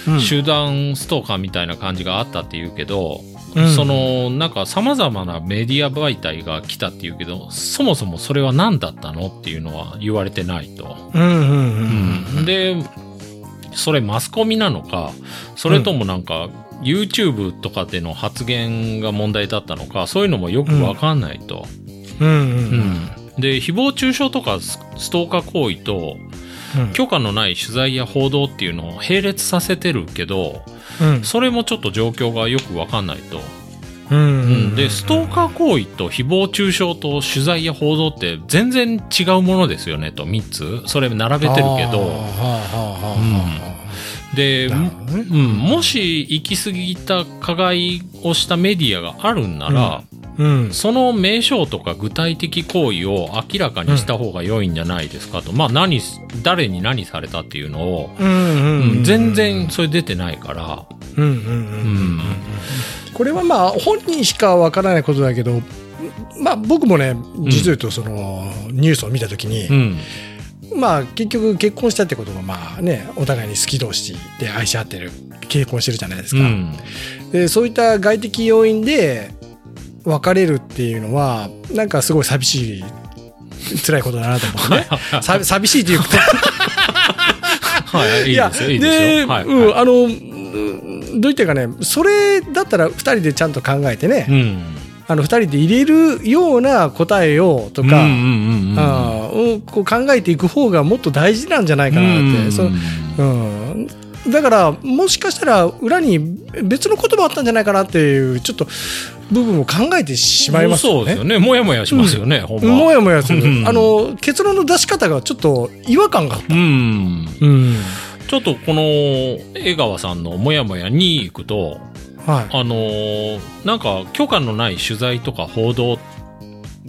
[SPEAKER 4] うん、
[SPEAKER 3] 集団ストーカーみたいな感じがあったって言うけど、
[SPEAKER 4] うん
[SPEAKER 3] そのなんか様々なメディア媒体が来たって言うけど、そもそもそれは何だったのっていうのは言われてないと。
[SPEAKER 4] うんうんうん。
[SPEAKER 3] でそれマスコミなのかそれともなんか YouTube とかでの発言が問題だったのか、そういうのもよくわかんないと。
[SPEAKER 4] うんうん
[SPEAKER 3] うんで、誹謗中傷とかスストーカー行為と、
[SPEAKER 4] うん
[SPEAKER 3] 許可のない取材や報道っていうのを並列させてるけど、
[SPEAKER 4] うん
[SPEAKER 3] それもちょっと状況がよくわかんないと。
[SPEAKER 4] うん
[SPEAKER 3] う
[SPEAKER 4] うんん
[SPEAKER 3] で、ストーカー行為と誹謗中傷と取材や報道って全然違うものですよねと、3つ。それ並べてるけ
[SPEAKER 4] は
[SPEAKER 3] ど、
[SPEAKER 4] あはあはあは
[SPEAKER 3] で、
[SPEAKER 4] あなるほどね
[SPEAKER 3] うん、もし行き過ぎた加害をしたメディアがあるんなら、
[SPEAKER 4] うん
[SPEAKER 3] その名称とか具体的行為を明らかにした方が良いんじゃないですかと、まあ何す誰に何されたっていうのを、
[SPEAKER 4] うんう
[SPEAKER 3] うん
[SPEAKER 4] うん
[SPEAKER 3] ん、全然それ出てないから、
[SPEAKER 4] うんうんう
[SPEAKER 3] うんん、
[SPEAKER 4] これはまあ本人しかわからないことだけどまあ僕もね実を言うとそのニュースを見た時に、
[SPEAKER 3] うん、
[SPEAKER 4] まあ結局結婚したってことがまあねお互いに好き同士で愛し合ってる結婚してるじゃないです
[SPEAKER 3] う
[SPEAKER 4] か、
[SPEAKER 3] ん、
[SPEAKER 4] でそういった外的要因で別れるっていうのはなんかすごい寂しい 辛いことだなと思 ってねさ寂しいっていうか
[SPEAKER 3] はい、いいですよ、いいです
[SPEAKER 4] で
[SPEAKER 3] よ。はい、
[SPEAKER 4] う
[SPEAKER 3] は
[SPEAKER 4] ん、あの、うんどう言ったらいいかね、それだったら2人でちゃんと考えてね、
[SPEAKER 3] い。うん。
[SPEAKER 4] あの2人で入れるような答えをとか、
[SPEAKER 3] うんうんうんうん。
[SPEAKER 4] あーうんこう考えていく方がもっと大事なんじゃないかなって、そのうん、だから、もしかしたら裏に別の言葉あったんじゃないかなっていう、ちょっと部分を考えてしまいます
[SPEAKER 3] そう
[SPEAKER 4] よ
[SPEAKER 3] ですよ
[SPEAKER 4] ね。
[SPEAKER 3] ね。もやもやしますよね、ほんま。
[SPEAKER 4] もやもやする、
[SPEAKER 3] うん
[SPEAKER 4] あの結論の出し方がちょっと違和感があった。
[SPEAKER 3] うん。
[SPEAKER 4] うん
[SPEAKER 3] ちょっとこの江川さんのもやもやに行くと、
[SPEAKER 4] はい
[SPEAKER 3] あのーなんか許可のない取材とか報道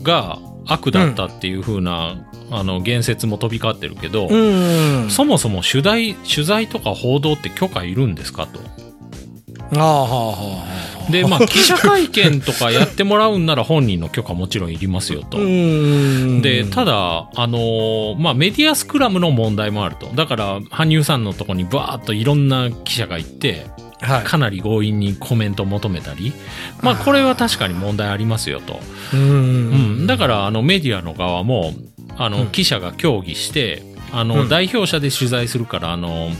[SPEAKER 3] が悪だったっていう風な、あの言説も飛び交ってるけど、
[SPEAKER 4] うん
[SPEAKER 3] そもそも取材取材とか報道って許可いるんですかと。
[SPEAKER 4] ああはあはあはあ
[SPEAKER 3] で、まあ、 記者会見とかやってもらうんなら本人の許可もちろんいりますよと。
[SPEAKER 4] うん
[SPEAKER 3] で、ただ、あのーまあ、メディアスクラムの問題もあると。だから、羽生さんのとこにバーッといろんな記者が行って、
[SPEAKER 4] はい
[SPEAKER 3] かなり強引にコメントを求めたり、まあ、これは確かに問題ありますよと。
[SPEAKER 4] う
[SPEAKER 3] うん、
[SPEAKER 4] ん
[SPEAKER 3] だから、あの、メディアの側も、あ
[SPEAKER 4] う
[SPEAKER 3] の、
[SPEAKER 4] ん
[SPEAKER 3] 記者が協議して、あ
[SPEAKER 4] う
[SPEAKER 3] の、
[SPEAKER 4] ん
[SPEAKER 3] 代表者で取材するから、あの、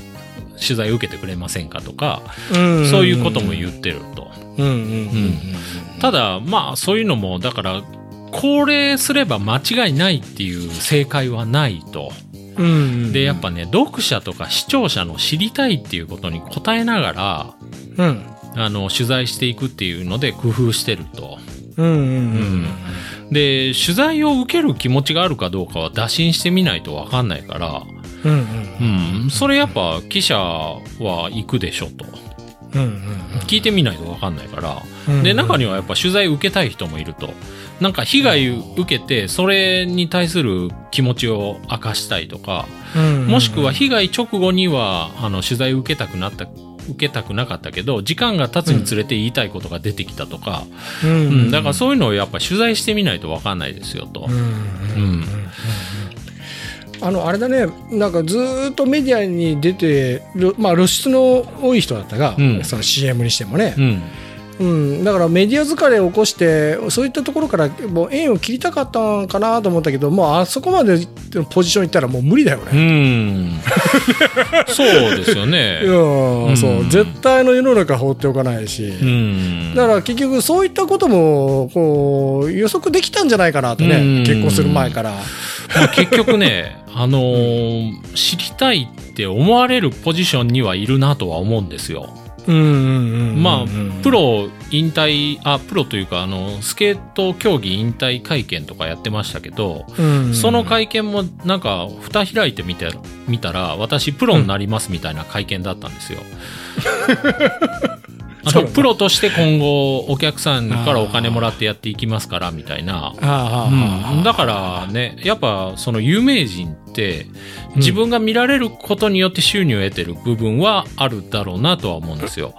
[SPEAKER 3] 取材受けてくれませんかとか、
[SPEAKER 4] うん
[SPEAKER 3] そういうことも言ってると。
[SPEAKER 4] うんうんうん
[SPEAKER 3] ただ、まあ、そういうのも、だから、これすれば間違いないっていう正解はないと。
[SPEAKER 4] うんうん
[SPEAKER 3] でやっぱね読者とか視聴者の知りたいっていうことに応えながら
[SPEAKER 4] うん
[SPEAKER 3] あの取材していくっていうので工夫してると。
[SPEAKER 4] うんうん
[SPEAKER 3] で取材を受ける気持ちがあるかどうかは打診してみないと分かんないから、
[SPEAKER 4] うんうんうん
[SPEAKER 3] うん、それやっぱ記者は行くでしょと
[SPEAKER 4] うん
[SPEAKER 3] 聞いてみないと分かんないから
[SPEAKER 4] うん
[SPEAKER 3] で中にはやっぱ取材受けたい人もいるとなんか被害受けてそれに対する気持ちを明かしたいとかもしくは被害直後にはあの取材受けたくなった受けたくなかったけど時間が経つにつれて言いたいことが出てきたとか、
[SPEAKER 4] う
[SPEAKER 3] うんんだからそういうのをやっぱ取材してみないと分かんないですよと
[SPEAKER 4] う。ん
[SPEAKER 3] うん
[SPEAKER 4] あのあれだねなんかずーっとメディアに出てるまあ露出の多い人だったが、
[SPEAKER 3] うん
[SPEAKER 4] その CM にしてもね
[SPEAKER 3] う、ん
[SPEAKER 4] うん、だからメディア疲れを起こしてそういったところからもう縁を切りたかったんかなと思ったけどもうあそこまでのポジションいったらもう無理だよ
[SPEAKER 3] う
[SPEAKER 4] ね。
[SPEAKER 3] んそうですよね
[SPEAKER 4] いや。ー
[SPEAKER 3] うん
[SPEAKER 4] そう絶対の世の中放っておかないし、
[SPEAKER 3] うん、
[SPEAKER 4] だから結局そういったこともこう予測できたんじゃないかなとね、
[SPEAKER 3] うん
[SPEAKER 4] 結婚する前から。
[SPEAKER 3] まあ結局ね、あのー知りたいって思われるポジションにはいるなとは思うんですよ。まあ、プロ引退、あ、プロというか、あの、スケート競技引退会見とかやってましたけど、その会見もなんか、蓋開いてみて、見たら、私プロになりますみたいな会見だったんです よ。あ
[SPEAKER 4] そうだ
[SPEAKER 3] と、
[SPEAKER 4] ね
[SPEAKER 3] プロとして今後、お客さんからお金もらってやっていきますから、みたいな。うん、だからね、やっぱその有名人って
[SPEAKER 4] ん
[SPEAKER 3] 自分が見られることによって収入を得てる部分はあるだろうなとは思うんですよ。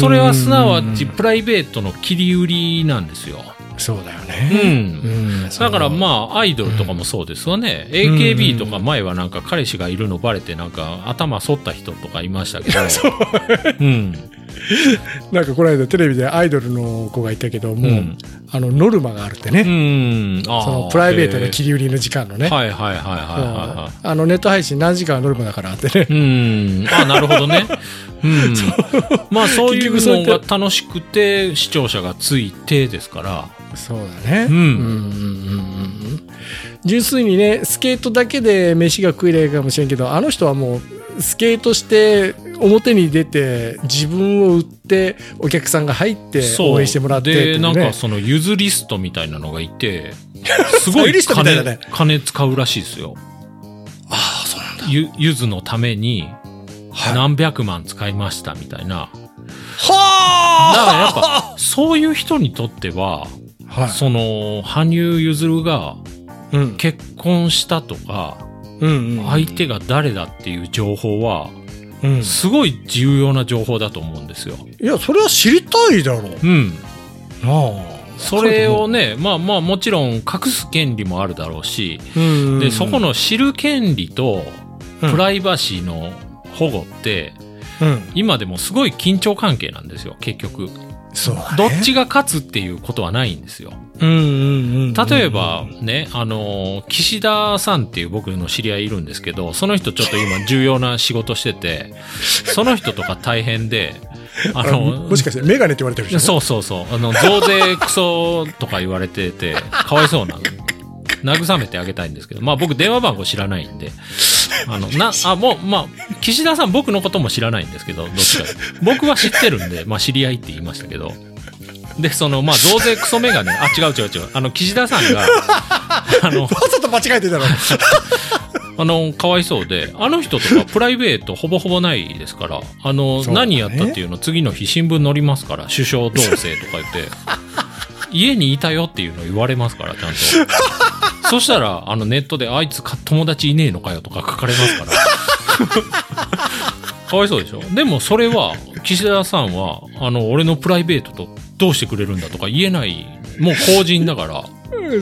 [SPEAKER 3] それはすなわちプライベートの切り売りなんですよ。
[SPEAKER 4] そうだよ
[SPEAKER 3] う。
[SPEAKER 4] ね、うんん
[SPEAKER 3] だからまあアイドルとかもそうですよね。
[SPEAKER 4] ん
[SPEAKER 3] AKB とか前はなんか彼氏がいるのバレてなんか頭剃った人とかいましたけど。 うん。
[SPEAKER 4] なんかこの間テレビでアイドルの子がいたけども、
[SPEAKER 3] うん
[SPEAKER 4] あのノルマがあるって
[SPEAKER 3] う
[SPEAKER 4] ね、
[SPEAKER 3] ん。あー
[SPEAKER 4] そのプライベート
[SPEAKER 3] へ
[SPEAKER 4] の切り売りの時間のね、
[SPEAKER 3] はいはいはいはいはいはい。
[SPEAKER 4] うんあのネット配信何時間はノルマだからってね、
[SPEAKER 3] うん。あ、なるほどね。 うん、まあそうい
[SPEAKER 4] 結
[SPEAKER 3] う
[SPEAKER 4] 局そうい
[SPEAKER 3] の
[SPEAKER 4] った
[SPEAKER 3] が楽しくて視聴者がついてですから
[SPEAKER 4] そうだね。
[SPEAKER 3] う
[SPEAKER 4] うん
[SPEAKER 3] ん
[SPEAKER 4] うんうんうん純粋にね、スケートだけで飯が食えないかもしれんけど、あの人はもう、スケートして、表に出て、自分を売って、お客さんが入って、応援してもらってってい
[SPEAKER 3] で
[SPEAKER 4] う
[SPEAKER 3] なん
[SPEAKER 4] ね
[SPEAKER 3] かそのゆずリストみたいなのがいてす
[SPEAKER 4] そ
[SPEAKER 3] ご
[SPEAKER 4] ういう
[SPEAKER 3] い
[SPEAKER 4] リストみたいだ
[SPEAKER 3] 金
[SPEAKER 4] ね
[SPEAKER 3] 金使うらしいですよ
[SPEAKER 4] ああ、そうなんだ。
[SPEAKER 3] ゆゆずのために
[SPEAKER 4] はい
[SPEAKER 3] 何百万使いましたみたいな、だからやっ
[SPEAKER 4] は
[SPEAKER 3] ぱそういう人にとっては
[SPEAKER 4] あは
[SPEAKER 3] その羽生結弦が
[SPEAKER 4] い。うん。
[SPEAKER 3] 結婚したとか
[SPEAKER 4] うんうん
[SPEAKER 3] 相手が誰だっていう情報は
[SPEAKER 4] うん。い
[SPEAKER 3] すごい重要な情報だと思うんですよ。
[SPEAKER 4] や、それは知りたいだろう。な
[SPEAKER 3] うん、
[SPEAKER 4] あ。
[SPEAKER 3] それをねまあまあもちろん隠す権利もあるだろうし
[SPEAKER 4] うんうんうん、
[SPEAKER 3] でそこの知る権利と
[SPEAKER 4] うん
[SPEAKER 3] プライバシーの保護って
[SPEAKER 4] うん、
[SPEAKER 3] 今でもすごい緊張関係なんですよ結局
[SPEAKER 4] そうだね
[SPEAKER 3] どっちが勝つっていうことはないんですよ。
[SPEAKER 4] うんうんうんうん
[SPEAKER 3] 例えばね、あの、岸田さんっていう僕の知り合いいるんですけど、その人ちょっと今重要な仕事してて、その人とか大変で、あ
[SPEAKER 4] あ
[SPEAKER 3] の、
[SPEAKER 4] もしかしてメガネって言われてる人
[SPEAKER 3] そうそうそう、あの、増税クソとか言われてて、かわいそうなの。慰めてあげたいんですけど、まあ僕電話番号知らないんで、あの、な、あ、もう、まあ、岸田さん僕のことも知らないんですけど、どっちかって僕は知ってるんで、まあ知り合いって言いましたけど、で、その、まあ増税クソメガネ、あ、違う違う違う、あの、岸田さんが、あの、
[SPEAKER 4] わざと間違えてたの
[SPEAKER 3] あの、かわいそうで、あの人とかプライベートほぼほぼないですから、あの、
[SPEAKER 4] そうだね
[SPEAKER 3] 何やったっていうの次の日新聞載りますから、首相同棲とか言って、 家にいたよっていうの言われますから、ちゃんと。そしたら、あの、ネットで、あいつか友達いねえのかよとか書かれますから。 かわいそうでしょでもそれは、岸田さんは、あの、俺のプライベートとどうしてくれるんだとか言えない、もう公人だから。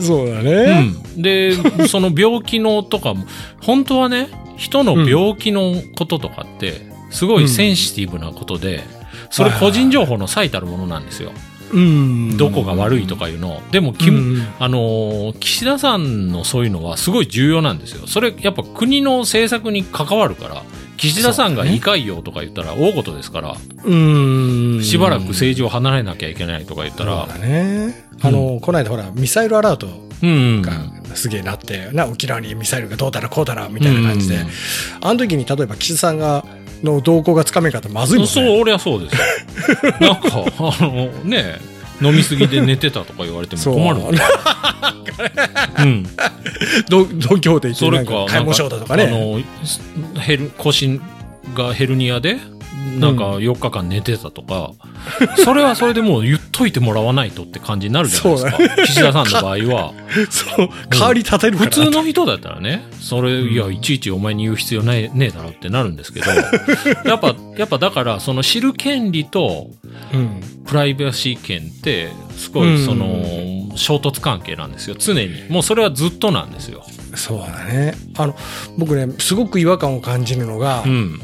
[SPEAKER 4] そうだね、
[SPEAKER 3] うん、でその病気のとかも本当はね人の病気のこととかってすごいセンシティブなことで、それ個人情報の最たるものなんですよ、
[SPEAKER 4] うん
[SPEAKER 3] どこが悪いとかいうのをでも、き
[SPEAKER 4] うん
[SPEAKER 3] あのー岸田さんのそういうのはすごい重要なんですよそれやっぱ国の政策に関わるから岸田さんが胃潰瘍とか言ったら大事ですから、
[SPEAKER 4] うん
[SPEAKER 3] しばらく政治を離れなきゃいけないとか言ったら
[SPEAKER 4] そうだねあの、こないだほらミサイルアラート
[SPEAKER 3] うん
[SPEAKER 4] がすげえなって、な沖縄にミサイルがどうだらこうだらみたいな感じで、
[SPEAKER 3] うん
[SPEAKER 4] あの時に例えば岸田さんがの動向がつかめんかったらまずいもんね
[SPEAKER 3] そう、俺はそ うですよ。なんか、あの、ねえ飲みすぎで寝てたとか言われても
[SPEAKER 4] そう
[SPEAKER 3] 困るわね。うん。
[SPEAKER 4] ど度胸で言って
[SPEAKER 3] そ
[SPEAKER 4] な
[SPEAKER 3] れ
[SPEAKER 4] ん
[SPEAKER 3] か、な
[SPEAKER 4] か
[SPEAKER 3] んか
[SPEAKER 4] 買い物しようだとかね
[SPEAKER 3] あの、ヘル、腰がヘルニアで、なんか4日間寝てたとか、それはそれでもう言っといてもらわないとって感じになるじゃないですか。
[SPEAKER 4] そう
[SPEAKER 3] 岸田さんの場合 は。
[SPEAKER 4] そう代わり立てるか
[SPEAKER 3] 普
[SPEAKER 4] ら
[SPEAKER 3] 通の人だったらね、それ、いや、いちいちお前に言う必要ないねえだろってなるんですけど、 やっぱ、やっぱだから、その知る権利と、
[SPEAKER 4] うん
[SPEAKER 3] プライバシー権ってすごいその、
[SPEAKER 4] う
[SPEAKER 3] 衝突関係なんですよ常にもうそれはずっとなんですよ、
[SPEAKER 4] そうだねあの僕ねすごく違和感を感じるのが、
[SPEAKER 3] うん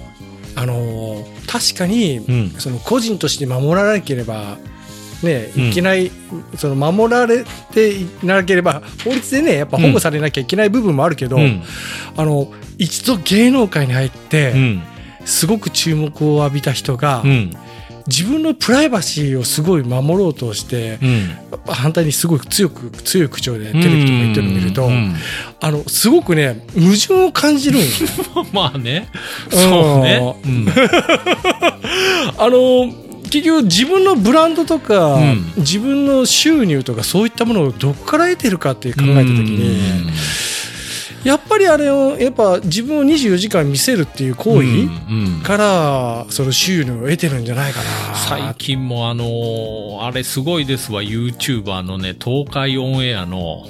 [SPEAKER 4] あのー確かに、
[SPEAKER 3] うん
[SPEAKER 4] その個人として守らなければ、ね、
[SPEAKER 3] うん
[SPEAKER 4] いけない、その守られていなければ法律でねやっぱ保護されなきゃいけない部分もあるけど、
[SPEAKER 3] うん
[SPEAKER 4] あの一度芸能界に入って、
[SPEAKER 3] うん
[SPEAKER 4] すごく注目を浴びた人が、
[SPEAKER 3] うん
[SPEAKER 4] 自分のプライバシーをすごい守ろうとして、
[SPEAKER 3] うん
[SPEAKER 4] 反対にすごく強く強い口調でテレビとか言ってるのを見ると、
[SPEAKER 3] うん
[SPEAKER 4] あのすごくね矛盾を感じるんよ。
[SPEAKER 3] まあね
[SPEAKER 4] う
[SPEAKER 3] そ
[SPEAKER 4] ん
[SPEAKER 3] うね、うん
[SPEAKER 4] あの結局自分のブランドとか、
[SPEAKER 3] うん
[SPEAKER 4] 自分の収入とかそういったものをどこから得てるかって考えた時に、やっぱりあれをやっぱ自分を24時間見せるっていう行
[SPEAKER 3] うん
[SPEAKER 4] 為
[SPEAKER 3] うん
[SPEAKER 4] から、その収入を得てるんじゃないかな
[SPEAKER 3] 最近もあのーあれすごいですわ YouTuber のね東海オンエアの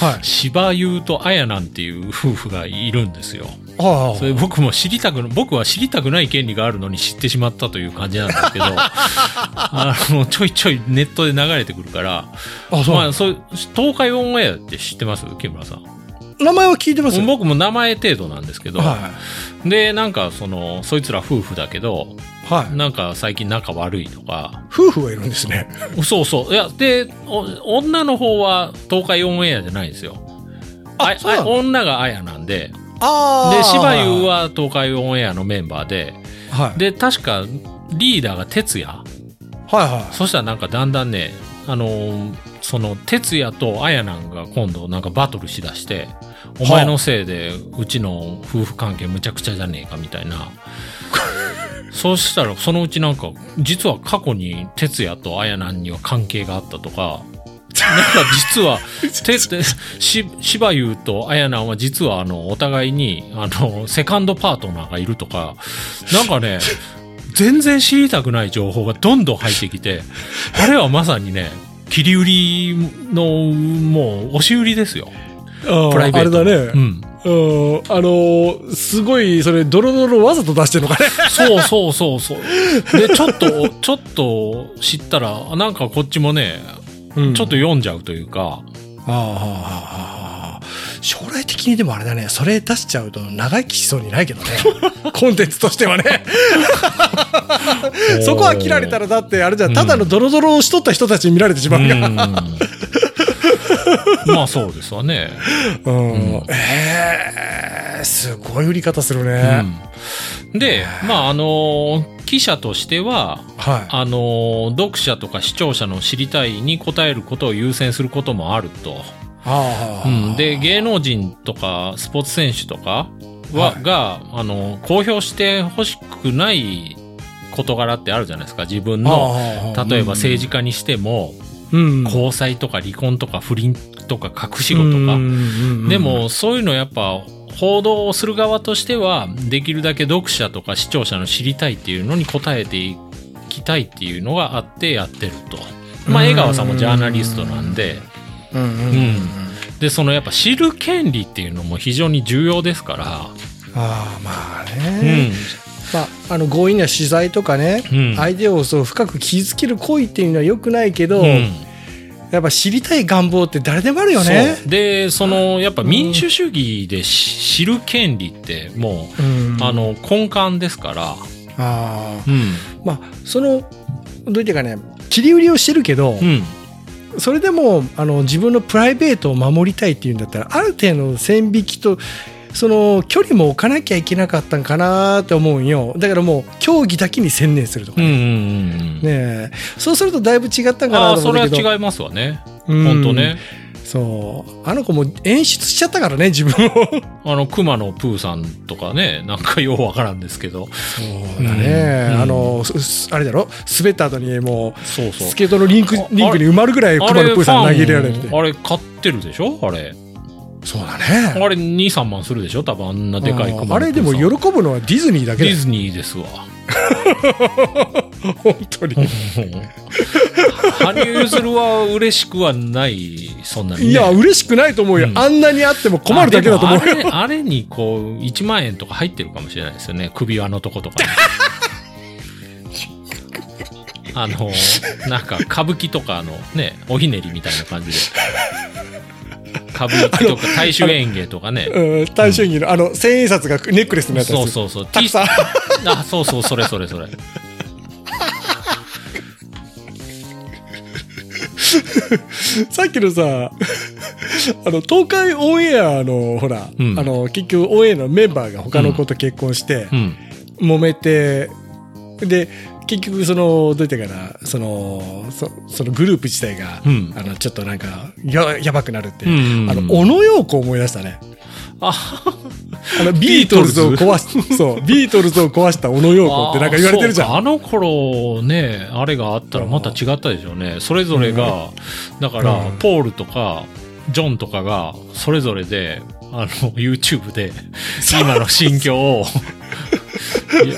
[SPEAKER 4] はい
[SPEAKER 3] 柴優とあやなんていう夫婦がいるんですよ
[SPEAKER 4] ああ
[SPEAKER 3] それ僕も知りたくな、僕は知りたくない権利があるのに知ってしまったという感じなん ですけど、あの、ちょいちょいネットで流れてくるから、
[SPEAKER 4] あそう
[SPEAKER 3] まあ、そう、東海オンエアって知ってます木村さん。
[SPEAKER 4] 名前は聞いてますよ
[SPEAKER 3] 僕も名前程度なんですけど、
[SPEAKER 4] は
[SPEAKER 3] で、なんかその、そいつら夫婦だけど、
[SPEAKER 4] い、はい、
[SPEAKER 3] なんか最近仲悪いとか、
[SPEAKER 4] 夫婦がいるんですね
[SPEAKER 3] そうそう。いや、で、お女の方は東海オンエアじゃないんですよ。
[SPEAKER 4] あ
[SPEAKER 3] あ
[SPEAKER 4] そうなの
[SPEAKER 3] あ女があやなんで、
[SPEAKER 4] ああ
[SPEAKER 3] で、芝生は東海オンエアのメンバーで、
[SPEAKER 4] はい。
[SPEAKER 3] で、確か、リーダーが哲也
[SPEAKER 4] はいは
[SPEAKER 3] そしたらなんかだんだんね、あのーその、哲也とあやなんが今度なんかバトルしだして、お前のせいでうちの夫婦関係むちゃくちゃじゃねえかみたいな。そうしたらそのうちなんか、実は過去に哲也とあやなんには関係があったとか、なんか実は、て、てし、しばゆうとあやなんは実はあの、お互いに、あの、セカンドパートナーがいるとか、なんかね、全然知りたくない情報がどんどん入ってきて、あれはまさにね、切り売りの、もう、押し売りですよ。
[SPEAKER 4] い。
[SPEAKER 3] プライベート。
[SPEAKER 4] あれだね。
[SPEAKER 3] うん。
[SPEAKER 4] うん、あのーすごい、それ、ドロドロわざと出してるのかね。
[SPEAKER 3] そうそうそうそう。で、ちょっと、ちょっと知ったら、なんかこっちもね、
[SPEAKER 4] うん
[SPEAKER 3] ちょっと読んじゃ うというか、
[SPEAKER 4] ああああああ、将来的にでもあれだね、それ出しちゃうと長生きしそうにないけどね。 コンテンツとしてはね。そこは切られたらだって、あれじゃん、ただのドロドロをしとった人たちに見られてしま
[SPEAKER 3] う
[SPEAKER 4] うよ。
[SPEAKER 3] ん。まあそうですわね。
[SPEAKER 4] うん。ええすごい売り方するね。
[SPEAKER 3] うん、で、まああの、記者としては、
[SPEAKER 4] はい。
[SPEAKER 3] あの、読者とか視聴者の知りたいに答えることを優先することもあると。
[SPEAKER 4] あ
[SPEAKER 3] うん、で、芸能人とかスポーツ選手とかは、
[SPEAKER 4] はい
[SPEAKER 3] が、あの、公表してほしくない事柄ってあるじゃないですか。自分の、
[SPEAKER 4] の
[SPEAKER 3] 例えば政治家にしても、
[SPEAKER 4] うん、
[SPEAKER 3] 交際とか離婚とか不倫とか隠し
[SPEAKER 4] 治
[SPEAKER 3] 子とか、で、もそういうのやっぱ報道をする側としてはできるだけ読者とか視聴者の知りたいっていうのに応えていきたいっていうのがあってやってると。まあ江川さんもジャーナリストなんで、
[SPEAKER 4] うんうんうん
[SPEAKER 3] うんでそのやっぱ知る権利っていうのも非常に重要ですか
[SPEAKER 4] ああ、まあ
[SPEAKER 3] ら、う
[SPEAKER 4] ね。
[SPEAKER 3] ん、
[SPEAKER 4] まあ、あの強引な取材とかね、
[SPEAKER 3] うん
[SPEAKER 4] 相手をそう深く傷つける行為っていうのは良くないけど、
[SPEAKER 3] うん
[SPEAKER 4] やっぱ知りたい願望って誰でもあるよね。
[SPEAKER 3] そうでそのやっぱ民主主義でし知る権利っても
[SPEAKER 4] うん
[SPEAKER 3] うあの根幹ですから、
[SPEAKER 4] あ
[SPEAKER 3] うん
[SPEAKER 4] ーまあそのどう言ってかね切り売りをしてるけど、
[SPEAKER 3] うん、
[SPEAKER 4] それでもあの自分のプライベートを守りたいっていうんだったらある程度の線引きとその距離も置かなきゃいけなかったんかなって思うんよだからもう競技だけに専念するとか
[SPEAKER 3] うんう
[SPEAKER 4] ね,、
[SPEAKER 3] んうんう
[SPEAKER 4] ね
[SPEAKER 3] ん
[SPEAKER 4] えそうするとだいぶ違ったんか
[SPEAKER 3] あ
[SPEAKER 4] な
[SPEAKER 3] あ
[SPEAKER 4] と
[SPEAKER 3] そ
[SPEAKER 4] 思
[SPEAKER 3] れ
[SPEAKER 4] う
[SPEAKER 3] は
[SPEAKER 4] んだけど
[SPEAKER 3] 違いますわね
[SPEAKER 4] うん
[SPEAKER 3] 本当ね
[SPEAKER 4] そうあの子も演出しちゃったからね自分を
[SPEAKER 3] あの熊野プーさんとかねなんかようわからんですけど
[SPEAKER 4] そうだね、
[SPEAKER 3] うん
[SPEAKER 4] あのすすあれだろ滑った後にもう
[SPEAKER 3] そうそう
[SPEAKER 4] スケートのリンク
[SPEAKER 3] あ
[SPEAKER 4] リンクに埋まるぐらい
[SPEAKER 3] あ
[SPEAKER 4] 熊野プーさん投げ入れられ
[SPEAKER 3] フ
[SPEAKER 4] て
[SPEAKER 3] ァンあれ買ってるでしょあれ
[SPEAKER 4] そうだね
[SPEAKER 3] あれ23万するでしょ多分あんなでかい熊野プーさん
[SPEAKER 4] あれでも喜ぶのはディズニーだけ
[SPEAKER 3] デ
[SPEAKER 4] だ
[SPEAKER 3] ィ
[SPEAKER 4] よ
[SPEAKER 3] ズニーですわ
[SPEAKER 4] 本当に
[SPEAKER 3] 羽生結弦は嬉しくはないそんなに、ね、
[SPEAKER 4] いや嬉しくないと思うよ、
[SPEAKER 3] うん
[SPEAKER 4] あんなにあっても困るだけだと思
[SPEAKER 3] あ
[SPEAKER 4] う
[SPEAKER 3] でも
[SPEAKER 4] よ
[SPEAKER 3] あれあれにこう1万円とか入ってるかもしれないですよね首輪のとことか にあのなんか歌舞伎とかのねおひねりみたいな感じで歌舞伎とか大衆演芸とかね
[SPEAKER 4] うん大衆着のあの千円札がネックレスになったやつ
[SPEAKER 3] そうそうそう
[SPEAKER 4] たくさん
[SPEAKER 3] あそうそうそれそれそれ
[SPEAKER 4] さっきのさあの東海オンエアのほら、
[SPEAKER 3] うん
[SPEAKER 4] あの結局オンエアのメンバーが他の子と結婚して、
[SPEAKER 3] うん
[SPEAKER 4] 揉めてで結局そのどういったかなそのそそのグループ自体が、
[SPEAKER 3] うん
[SPEAKER 4] あのちょっとなんかややばくなるって、
[SPEAKER 3] うんうんうん
[SPEAKER 4] あの小野洋子を思い出したね
[SPEAKER 3] あ
[SPEAKER 4] あのビートルズを壊しそうビートルズを壊した小野洋 子ってなんか言われてるじゃ
[SPEAKER 3] あー
[SPEAKER 4] ん。
[SPEAKER 3] そうかあの頃ねあれがあったらまた違ったでしょうねそれぞれが、だから、
[SPEAKER 4] うん
[SPEAKER 3] ポールとかジョンとかがそれぞれであの YouTube で今の心境 をい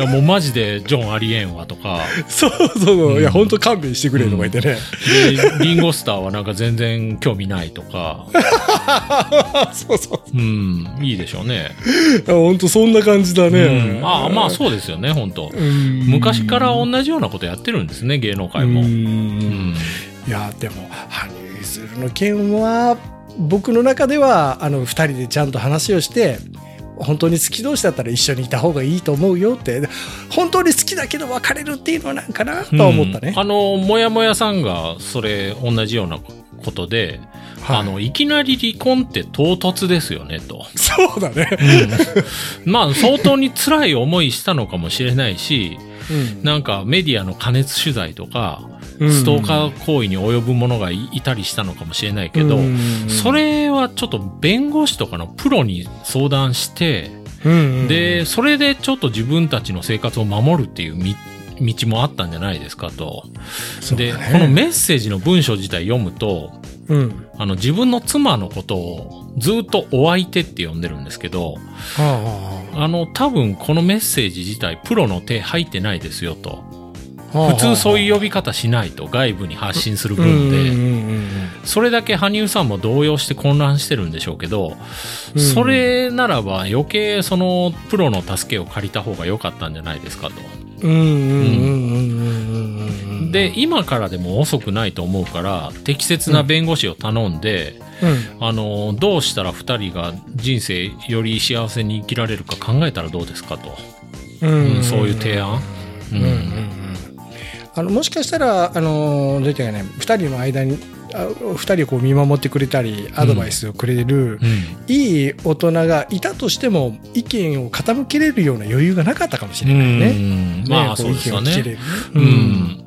[SPEAKER 3] やいやもうマジでジョンありえんわとか
[SPEAKER 4] そうそうそう、いや本当勘弁してくれとか言ってね、
[SPEAKER 3] でリンゴスターはなんか全然興味ないとか
[SPEAKER 4] そうそう
[SPEAKER 3] うんいいでしょうね
[SPEAKER 4] 本当そんな感じだね、
[SPEAKER 3] うん、ああまあそうですよね本当
[SPEAKER 4] うん
[SPEAKER 3] 昔から同じようなことやってるんですね芸能界も
[SPEAKER 4] う
[SPEAKER 3] うん、
[SPEAKER 4] んいやでも羽生結弦の件は僕の中ではあの2人でちゃんと話をして本当に好き同士だったら一緒にいた方がいいと思うよって本当に好きだけど別れるっていうのはなんかなとは思ったね
[SPEAKER 3] うん。あの、もやもやさんが、それ、同じようなことで、 あの、いきなり離婚って唐突ですよね、と。
[SPEAKER 4] そうだね。
[SPEAKER 3] まあ、相当に辛い思いしたのかもしれないし、なんかメディアの加熱取材とか、
[SPEAKER 4] うん
[SPEAKER 3] ストーカー行為に及ぶ者がいいたりしたのかもしれないけど、
[SPEAKER 4] うん
[SPEAKER 3] それはちょっと弁護士とかのプロに相談して、
[SPEAKER 4] うん
[SPEAKER 3] で、それでちょっと自分たちの生活を守るっていうみ道もあったんじゃないですかと。で、このメッセージの文章自体読むと、
[SPEAKER 4] うん。
[SPEAKER 3] あの自分の妻のことをずっとお相手って呼んでるんですけど、
[SPEAKER 4] は
[SPEAKER 3] あの多分このメッセージ自体プロの手入ってないですよと。
[SPEAKER 4] あはあ
[SPEAKER 3] 普通そう
[SPEAKER 4] う
[SPEAKER 3] いう呼び方しないと外部に発信する分
[SPEAKER 4] んうん
[SPEAKER 3] で、
[SPEAKER 4] うん
[SPEAKER 3] それだけ羽生さんも動揺して混乱してるんでしょうけど、
[SPEAKER 4] うん
[SPEAKER 3] それならば余計そのプロの助けを借りた方が良かったんじゃないですかと。
[SPEAKER 4] うんうんうんうんうんうん
[SPEAKER 3] で、今からでも遅くないと思うから、適切な弁護士を頼んで、
[SPEAKER 4] うん
[SPEAKER 3] あの、どうしたら二人が人生より幸せに生きられるか考えたらどうですかと。
[SPEAKER 4] うん
[SPEAKER 3] うんそういう提案。う
[SPEAKER 4] うんうんうん
[SPEAKER 3] ん。
[SPEAKER 4] あのもしかしたらあのどういったらいいかね二人の間にあ二人をこう見守ってくれたりアドバイスをくれる、
[SPEAKER 3] うん。
[SPEAKER 4] いい大人がいたとしても意見を傾けれるような余裕がなかったかもしれないね。ね
[SPEAKER 3] うんまあ、
[SPEAKER 4] こ
[SPEAKER 3] そうですよね。
[SPEAKER 4] 意見を聞けれる
[SPEAKER 3] う
[SPEAKER 4] ねうん
[SPEAKER 3] ん。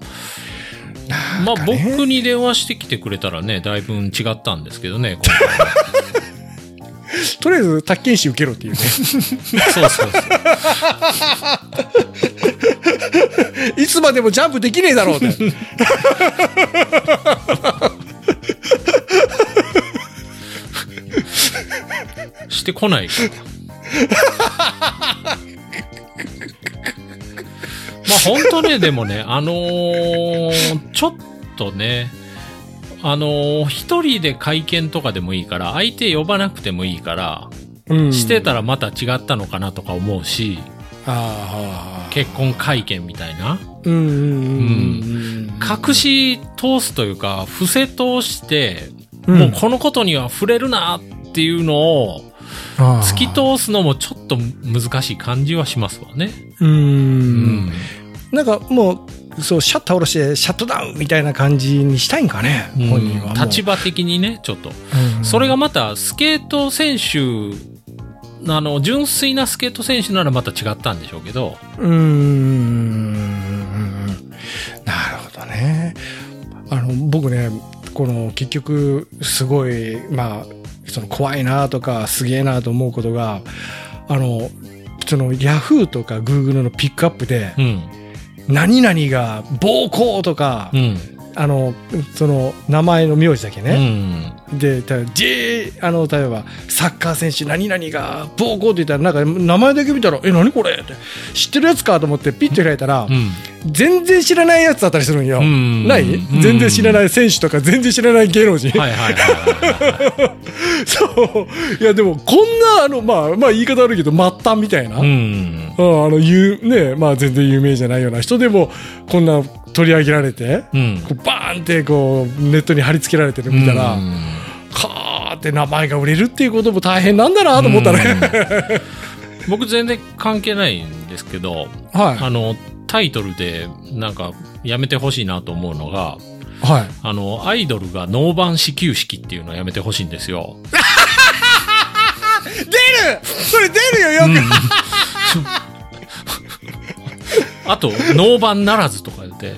[SPEAKER 3] まあ、僕に電話してきてくれたらね、だいぶん違ったんですけどね、今回は
[SPEAKER 4] とりあえず、宅建士受けろって いうね。
[SPEAKER 3] そうそうそう。
[SPEAKER 4] いつまでもジャンプできねえだろうって。
[SPEAKER 3] してこないから。 まあ本当ね、でもね、あのーちょっとね、あのー一人で会見とかでもいいから、相手呼ばなくてもいいから、してたらまた違ったのかなとか思うし、
[SPEAKER 4] ああ。
[SPEAKER 3] 結婚会見みたいな。
[SPEAKER 4] うんうんうんうん。
[SPEAKER 3] 隠し通すというか、伏せ通して、
[SPEAKER 4] うん
[SPEAKER 3] もうこのことには触れるなっていうのを、突き通すのもちょっと難しい感じはしますわね。
[SPEAKER 4] う。
[SPEAKER 3] うんん。
[SPEAKER 4] なんかもう、そう、シャッター下ろして、シャットダウンみたいな感じにしたいんかね、本人はもう。
[SPEAKER 3] 立場的にね、ちょっと。
[SPEAKER 4] うん
[SPEAKER 3] それがまた、スケート選手、あの、純粋なスケート選手ならまた違ったんでしょうけど、
[SPEAKER 4] うーんなるほどね。あの僕ねこの結局すごいまあその怖いなとかすげえなと思うことがあのそのヤフーとかグーグルのピックアップで
[SPEAKER 3] うん。
[SPEAKER 4] 何々が暴行とか、
[SPEAKER 3] うん。
[SPEAKER 4] あのその名前の名字だけ
[SPEAKER 3] う
[SPEAKER 4] ね、
[SPEAKER 3] ん。
[SPEAKER 4] で例えば J あの例えばサッカー選手何々が暴行って言ったらなんか名前だけ見たらえ何これって知ってるやつかと思ってピッと開いたら、
[SPEAKER 3] うん。
[SPEAKER 4] 全然知らないやつだったりするんよ。
[SPEAKER 3] うん
[SPEAKER 4] ない、
[SPEAKER 3] うん
[SPEAKER 4] 全然知らない選手とか全然知らない芸能人。
[SPEAKER 3] はいはいはいはいは
[SPEAKER 4] そう。いや、でも、こんな、あの、まあ、まあ、言い方悪いけど、末端みたいな。
[SPEAKER 3] い。う
[SPEAKER 4] うん
[SPEAKER 3] ん。
[SPEAKER 4] あの、ゆう、ね、まあ、全然有名じゃないような人でも、こんな取り上げられて、
[SPEAKER 3] うん。
[SPEAKER 4] こうバーンって、こう、ネットに貼り付けられてるみたいな、
[SPEAKER 3] うん
[SPEAKER 4] かーって名前が売れるっていうことも大変なんだなと思ったね。
[SPEAKER 3] 僕全然関係ないんですけど、あ
[SPEAKER 4] は
[SPEAKER 3] の、タイトルでなんかやめてほしいなと思うのが、
[SPEAKER 4] い。はい。
[SPEAKER 3] あの、アイドルがノーバン始球式っていうのはやめてほしいんですよ。
[SPEAKER 4] 出るそれ出るよ、よく。
[SPEAKER 3] あと、ノーバンならずとか言って、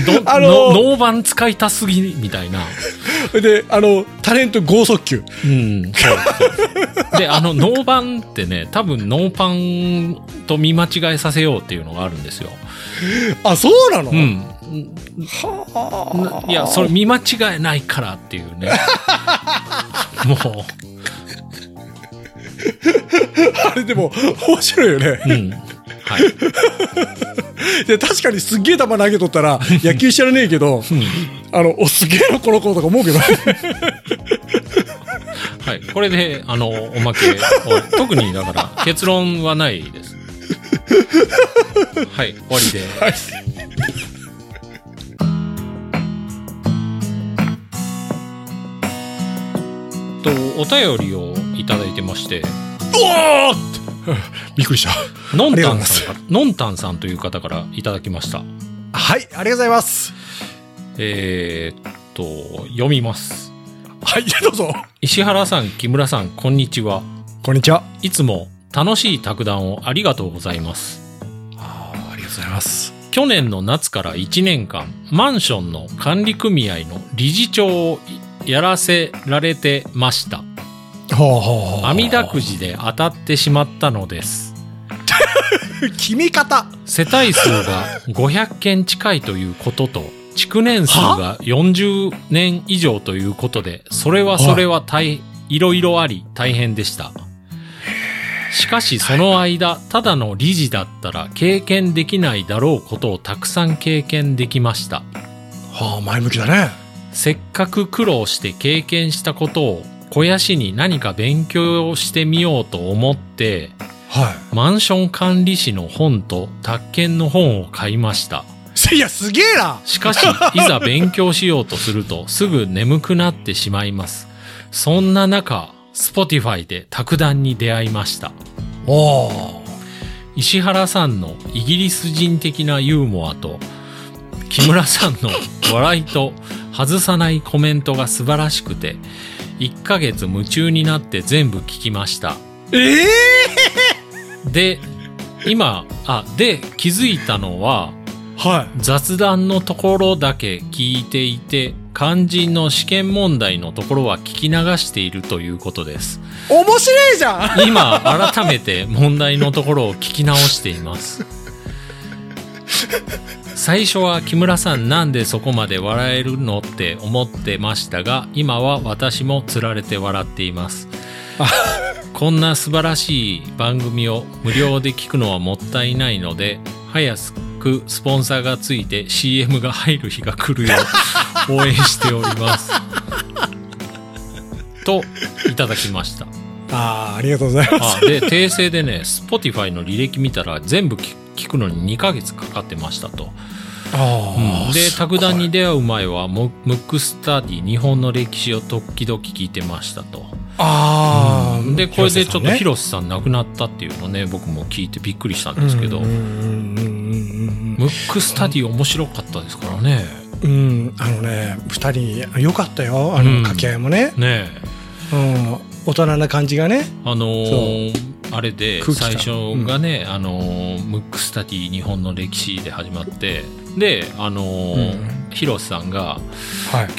[SPEAKER 3] ど
[SPEAKER 4] あのー
[SPEAKER 3] ノノーバン使いたすぎみたいな。
[SPEAKER 4] で、あの、タレント剛速球。
[SPEAKER 3] うん、そう。で、あの、ノーバンってね、多分ノーパンと見間違えさせようっていうのがあるんですよ。
[SPEAKER 4] あ、そうなの、
[SPEAKER 3] うん。
[SPEAKER 4] はあ。
[SPEAKER 3] いや、それ見間違えないからっていうね。 も
[SPEAKER 4] あれでも面白いよね。
[SPEAKER 3] う、うん。はい。
[SPEAKER 4] いや確かにすっげえ球投げとったら野球知らねえけど、あの、おすげえのこの子とか思う けど。
[SPEAKER 3] はい。これで、あの、おまけを、特にだから、結論はないです。はい、終わりで。と、お便りをいただいてまして、
[SPEAKER 4] おおってびっくりした。
[SPEAKER 3] のん
[SPEAKER 4] りがと
[SPEAKER 3] た
[SPEAKER 4] うござい
[SPEAKER 3] ん
[SPEAKER 4] ま
[SPEAKER 3] さ
[SPEAKER 4] す
[SPEAKER 3] んから、のんたんさんという方からいただきました。
[SPEAKER 4] はい、ありがとうございます。
[SPEAKER 3] えーっと、読みます。
[SPEAKER 4] はい、じゃあどうぞ。
[SPEAKER 3] 石原さん、木村さん、こんにちは。
[SPEAKER 4] こんにちは。
[SPEAKER 3] いつも楽しい卓談をありがとうございます。
[SPEAKER 4] あありがとうございます。
[SPEAKER 3] 去年の夏から1年間、マンションの管理組合の理事長をやらせられてました。
[SPEAKER 4] はあはあ。
[SPEAKER 3] 阿弥陀くじで当たってしまったのです。
[SPEAKER 5] 決め方
[SPEAKER 3] 世帯数が500件近いということと、築年数が40年以上ということで、それはそれは大、いろいろあり大変でした。しかしその間、ただの理事だったら経験できないだろうことをたくさん経験できました。
[SPEAKER 4] はあ、前向きだね。
[SPEAKER 3] せっかく苦労して経験したことを肥やしに何か勉強をしてみようと思って、
[SPEAKER 4] は
[SPEAKER 3] マンション管理士の本と宅建の本を買いました。
[SPEAKER 4] い。いや、すげえな。
[SPEAKER 3] しかし、いざ勉強しようとすると、すぐ眠くなってしまいます。そんな中、Spotify で卓談に出会いました。
[SPEAKER 4] おお。
[SPEAKER 3] 石原さんのイギリス人的なユーモアと、木村さんの笑いと外さないコメントが素晴らしくて、1ヶ月夢中になって全部聞きました。
[SPEAKER 4] ええ
[SPEAKER 3] で、今、あ、で、気づいたのは、
[SPEAKER 4] はい。
[SPEAKER 3] 雑談のところだけ聞いていて肝心の試験問題のところは聞き流しているということです
[SPEAKER 5] 面白いじゃん
[SPEAKER 3] 今改めて問題のところを聞き直しています最初は木村さんなんでそこまで笑えるのって思ってましたが今は私もつられて笑っていますこんな素晴らしい番組を無料で聞くのはもったいないので早くスポンサーがついて CM が入る日が来るよう応援しておりますといただきました
[SPEAKER 4] ああ、ありがとうございます。
[SPEAKER 3] あで訂正でね Spotify の履歴見たら全部聞聞くのに2ヶ月かかってましたと、
[SPEAKER 4] ああ。
[SPEAKER 3] で卓談
[SPEAKER 4] に。
[SPEAKER 3] に出会う前はムムックスタディ日本の歴史を時々聞いてましたと
[SPEAKER 4] ああ、
[SPEAKER 3] でこれでちょっと
[SPEAKER 4] 広
[SPEAKER 3] 広瀬さん亡くなったっていうのね僕も聞いてびっくりしたん
[SPEAKER 4] 瀬
[SPEAKER 3] です
[SPEAKER 4] さんね
[SPEAKER 3] けど、
[SPEAKER 4] うんうんうんうん
[SPEAKER 3] ムックスタディ面白かったですからね
[SPEAKER 4] うんうん、あのね二人よかったよあ
[SPEAKER 3] うん
[SPEAKER 4] の掛け合いもね、
[SPEAKER 3] ねえ
[SPEAKER 4] うん大人な感じがね
[SPEAKER 3] あのーあれで
[SPEAKER 4] 空気
[SPEAKER 3] 最
[SPEAKER 4] 感
[SPEAKER 3] 初がね、あのームックスタディ日本の歴史で始まってであの
[SPEAKER 4] う
[SPEAKER 3] ー広瀬さんが
[SPEAKER 4] はい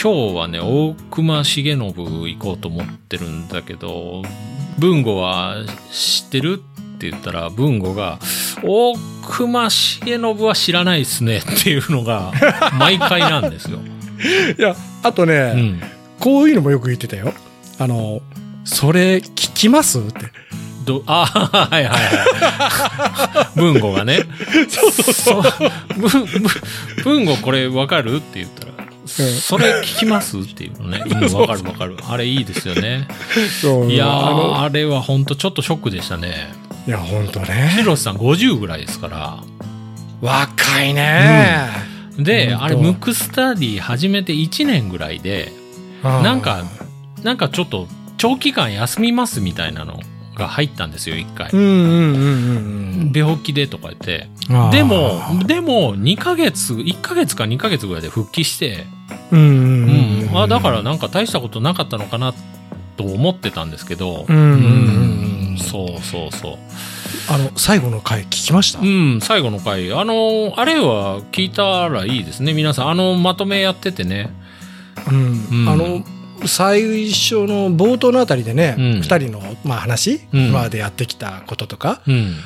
[SPEAKER 3] 今日はね大隈重信行こうと思ってるんだけど文吾は知ってるって言ったら文吾が「大隈重信は知らないっすね」っていうの が毎回なんですよ。
[SPEAKER 4] いやあとね、
[SPEAKER 3] うん、
[SPEAKER 4] こういうのもよく言ってたよあのそれ聞きますって
[SPEAKER 3] どあはいはいはい。文吾がね。そうそうそう。文文吾これわかるって言ったら。それ聞きますっていうのね。うん、わかるわかる。あれいいですよね。
[SPEAKER 4] そう
[SPEAKER 3] いやー
[SPEAKER 4] あの
[SPEAKER 3] あれは本当ちょっとショックでしたね。
[SPEAKER 4] いや本当ね
[SPEAKER 3] 広瀬さん50ぐらいですから。
[SPEAKER 4] 若いね、
[SPEAKER 3] で、
[SPEAKER 4] 本当
[SPEAKER 3] あれ、ムックスタディ始めて1年ぐらいで、
[SPEAKER 4] う
[SPEAKER 3] なんか、なんかちょっと長期間休みますみたいなのが入ったんですよ、1回
[SPEAKER 4] う。んうんうんうん
[SPEAKER 3] 病気でとか言って。
[SPEAKER 4] うん
[SPEAKER 3] でも、でも、2ヶ月、1ヶ月か2ヶ月ぐらいで復帰して、
[SPEAKER 4] うんうん
[SPEAKER 3] う
[SPEAKER 4] うん、
[SPEAKER 3] ん。あ、だからなんか大したことなかったのかなと思ってたんですけど、
[SPEAKER 4] うんうんうん
[SPEAKER 3] うんそうそうそう。
[SPEAKER 4] あの最後の回聞きました、
[SPEAKER 3] うん、最後の回。あの、あれは聞いたらいいですね、皆さん。あの、まとめやっててね。
[SPEAKER 4] うん
[SPEAKER 3] うん
[SPEAKER 4] あの最初の冒頭のあたりでね、
[SPEAKER 3] う
[SPEAKER 4] 二
[SPEAKER 3] ん
[SPEAKER 4] 2人の、まあ、話、
[SPEAKER 3] うん
[SPEAKER 4] まあ、でやってきたこととか
[SPEAKER 3] うん。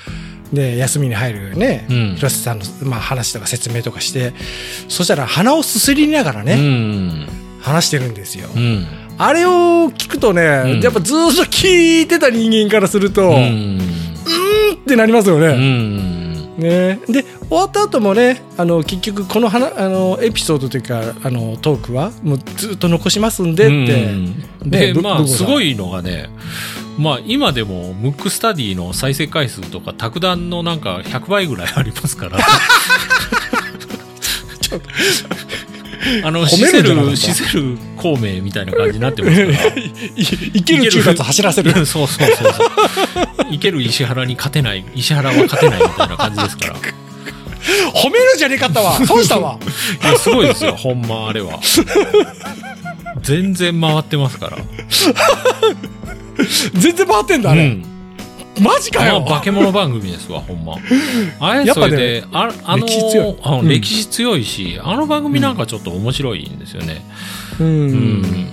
[SPEAKER 4] で休みに入るね、
[SPEAKER 3] うん
[SPEAKER 4] 広瀬さんの、まあ、話とか説明とかしてそしたら鼻をすすりながら
[SPEAKER 3] う
[SPEAKER 4] ね、
[SPEAKER 3] ん。
[SPEAKER 4] 話してるんですよ、
[SPEAKER 3] うん。
[SPEAKER 4] あれを聞くとね、
[SPEAKER 3] ん
[SPEAKER 4] やっぱずーっと聞いてた人間からすると、
[SPEAKER 3] うん。
[SPEAKER 4] ってなりますよ
[SPEAKER 3] う
[SPEAKER 4] ね。
[SPEAKER 3] ん。
[SPEAKER 4] ね、で終わった後もねあの結局この話あのエピソードというかあのトークはもうずっと残しますんでって、
[SPEAKER 3] うん
[SPEAKER 4] ね
[SPEAKER 3] で、
[SPEAKER 4] ぶぶ
[SPEAKER 3] まあ、
[SPEAKER 4] こさん
[SPEAKER 3] すごいのがね、まあ、今でも、ムックスタディの再生回数とか、卓談のなんか100倍ぐらいありますから。あの、
[SPEAKER 4] 褒
[SPEAKER 3] シ
[SPEAKER 4] める
[SPEAKER 3] セ
[SPEAKER 4] んじゃなかっ
[SPEAKER 3] ル、
[SPEAKER 4] た
[SPEAKER 3] シセル孔明みたいな感じになってますから。
[SPEAKER 4] い 生きる中発走らせる
[SPEAKER 3] いけ。 そうそうそうそう。いける石原に勝てない、石原は勝てないみたいな感じですから。い
[SPEAKER 4] 褒 めるんじゃねえかったわ。そうしたわ。
[SPEAKER 3] や、すごいですよ、ほんま、あれは。全然回ってますから。
[SPEAKER 4] 全然回ってんだ、あれ。
[SPEAKER 3] うん
[SPEAKER 4] マジか
[SPEAKER 3] まあ、
[SPEAKER 4] よ
[SPEAKER 3] 化け物番組ですわ、ほんま。あれ、
[SPEAKER 4] やっ
[SPEAKER 3] そ
[SPEAKER 4] ぱね
[SPEAKER 3] れで、ああの
[SPEAKER 4] 歴史強い
[SPEAKER 3] あの
[SPEAKER 4] うん
[SPEAKER 3] 歴史強いし、あの番組なんかちょっと面白いんですよね。
[SPEAKER 4] う。
[SPEAKER 3] うんん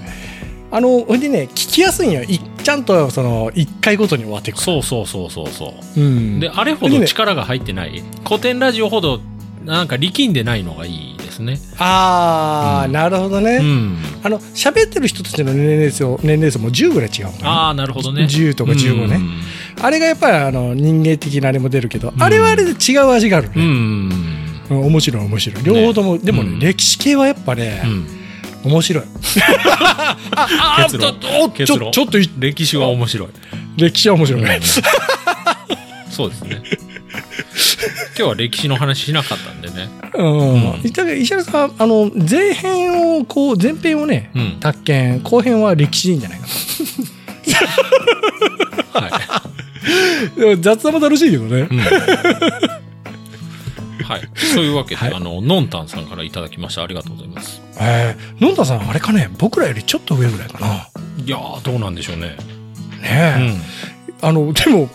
[SPEAKER 4] あの、ほんでね、聞きやすいんよ。いちゃんと、その、一回ごとに終わっていくか
[SPEAKER 3] そうそうそうそうそう。
[SPEAKER 4] ら。うん
[SPEAKER 3] で、あれほど力が入ってない、古典ラジオほど、なんか力んでないのがいいですね。
[SPEAKER 4] あー、
[SPEAKER 3] うん
[SPEAKER 4] なるほどね。
[SPEAKER 3] うん。
[SPEAKER 4] あの、喋ってる人たちの年齢層、年齢層も10ぐらい違うもんね。
[SPEAKER 3] ああ、なるほどね。
[SPEAKER 4] 10とか15ねあれがやっぱりあの人間的なあれも出るけど、
[SPEAKER 3] ん
[SPEAKER 4] あれはあれで違う味がある
[SPEAKER 3] うん。う
[SPEAKER 4] ね。
[SPEAKER 3] ん。
[SPEAKER 4] うん、面白い面白い。両方とも、でもね、
[SPEAKER 3] うん
[SPEAKER 4] 歴史系はやっぱね
[SPEAKER 3] う、ん
[SPEAKER 4] 面白い。あ
[SPEAKER 3] 結論
[SPEAKER 4] ちょっと
[SPEAKER 3] 結論
[SPEAKER 4] ちょっとい
[SPEAKER 3] 歴史は面白い。
[SPEAKER 4] 歴史は面白いね。
[SPEAKER 3] そうですね。今日は歴史の話しなかったんでね。
[SPEAKER 4] うん
[SPEAKER 3] うん。
[SPEAKER 4] だから石原さん、あの、前編を、こう、前編をね
[SPEAKER 3] う、ん。
[SPEAKER 4] 卓研、後編は歴史でいいんじゃないか
[SPEAKER 3] はい。
[SPEAKER 4] な。でも雑談も楽しいけどね。
[SPEAKER 3] うんはい。そういうわけで、
[SPEAKER 4] はい
[SPEAKER 3] あの、のんたんさんからいただきました。ありがとうございます。
[SPEAKER 4] えー、のんたさん、あれかね、僕らよりちょっと上ぐらいかな。
[SPEAKER 3] いやー、どうなんでしょうね。
[SPEAKER 4] ねえ。あの、でも、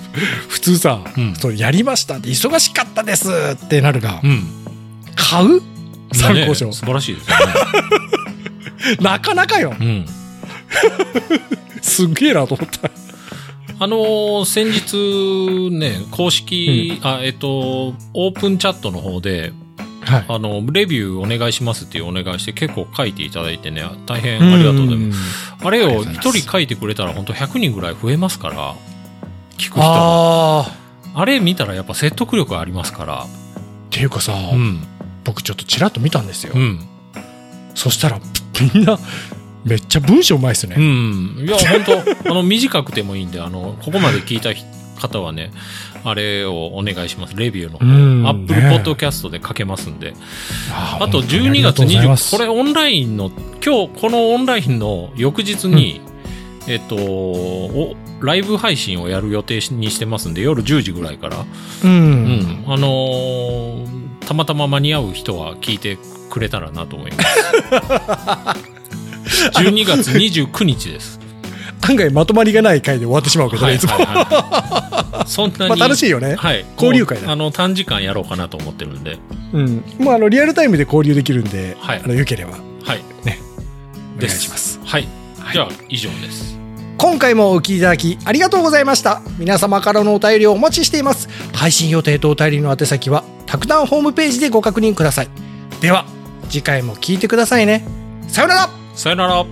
[SPEAKER 4] 普通さ、
[SPEAKER 3] うん
[SPEAKER 4] そうやりましたって、忙しかったですってなるが、
[SPEAKER 3] うん。
[SPEAKER 4] 買う参考書、
[SPEAKER 3] ね素晴らしいですよね。
[SPEAKER 4] なかなかよ
[SPEAKER 3] うん。
[SPEAKER 4] すげえなと思った
[SPEAKER 3] あのー先日ね、公式、あ、えっと、オープンチャットの方で、
[SPEAKER 4] はい
[SPEAKER 3] あの、レビューお願いしますっていうお願いして結構書いていただいてね、大変ありがとうございます。
[SPEAKER 4] す
[SPEAKER 3] あれ
[SPEAKER 4] ありがと
[SPEAKER 3] を
[SPEAKER 4] うござい
[SPEAKER 3] 一
[SPEAKER 4] ます
[SPEAKER 3] 人書いてくれたら本当100人ぐらい増えますから、聞く人あ
[SPEAKER 4] ああ
[SPEAKER 3] あれ見たらやっぱ説得力ありますから、
[SPEAKER 4] っていうかさ、
[SPEAKER 3] うん。
[SPEAKER 4] 僕ちょっとちらっと見たんですよ、
[SPEAKER 3] うん。
[SPEAKER 4] そしたらみんなめっちゃ文章うまいっすね、
[SPEAKER 3] うん。いや、本当 あの、短くてもいいんで、あの、ここまで聞いた人方はね、あれをお願いします。レビューの方。
[SPEAKER 4] うん
[SPEAKER 3] アップル
[SPEAKER 4] ね
[SPEAKER 3] ポッドキャストで書けますんで。
[SPEAKER 4] あ
[SPEAKER 3] あと12月20、これ
[SPEAKER 4] れ
[SPEAKER 3] オンラインの、今日、このオンラインの翌日に、えっと、おライブ配信をやる予定にしてますんで、夜10時ぐらいから。
[SPEAKER 4] う、
[SPEAKER 3] うんん。あのーたまたま間に合う人は聞いてくれたらなと思い ます。12月29日です。
[SPEAKER 4] 案外まとまりがない回で終わってしまうけどね、いつも、
[SPEAKER 3] はいはいそんな
[SPEAKER 4] まあ、
[SPEAKER 3] に、
[SPEAKER 4] 楽しいよね、
[SPEAKER 3] はい、
[SPEAKER 4] 交流会だ
[SPEAKER 3] もうあの短時間やろうかなと思ってるんで、
[SPEAKER 4] うん、もうあのリアルタイムで交流できるんで、
[SPEAKER 3] はい
[SPEAKER 4] あのよければ
[SPEAKER 3] はい、
[SPEAKER 4] お願いします
[SPEAKER 3] はい、じゃあ以上です。
[SPEAKER 6] 今回もお聞きいただきありがとうございました皆様からのお便りをお待ちしています
[SPEAKER 4] 配信予定とお便りの宛先は
[SPEAKER 6] たくさんホームページでご確認くださいでは次回も聞いてくださいねさようなら
[SPEAKER 3] さよなら。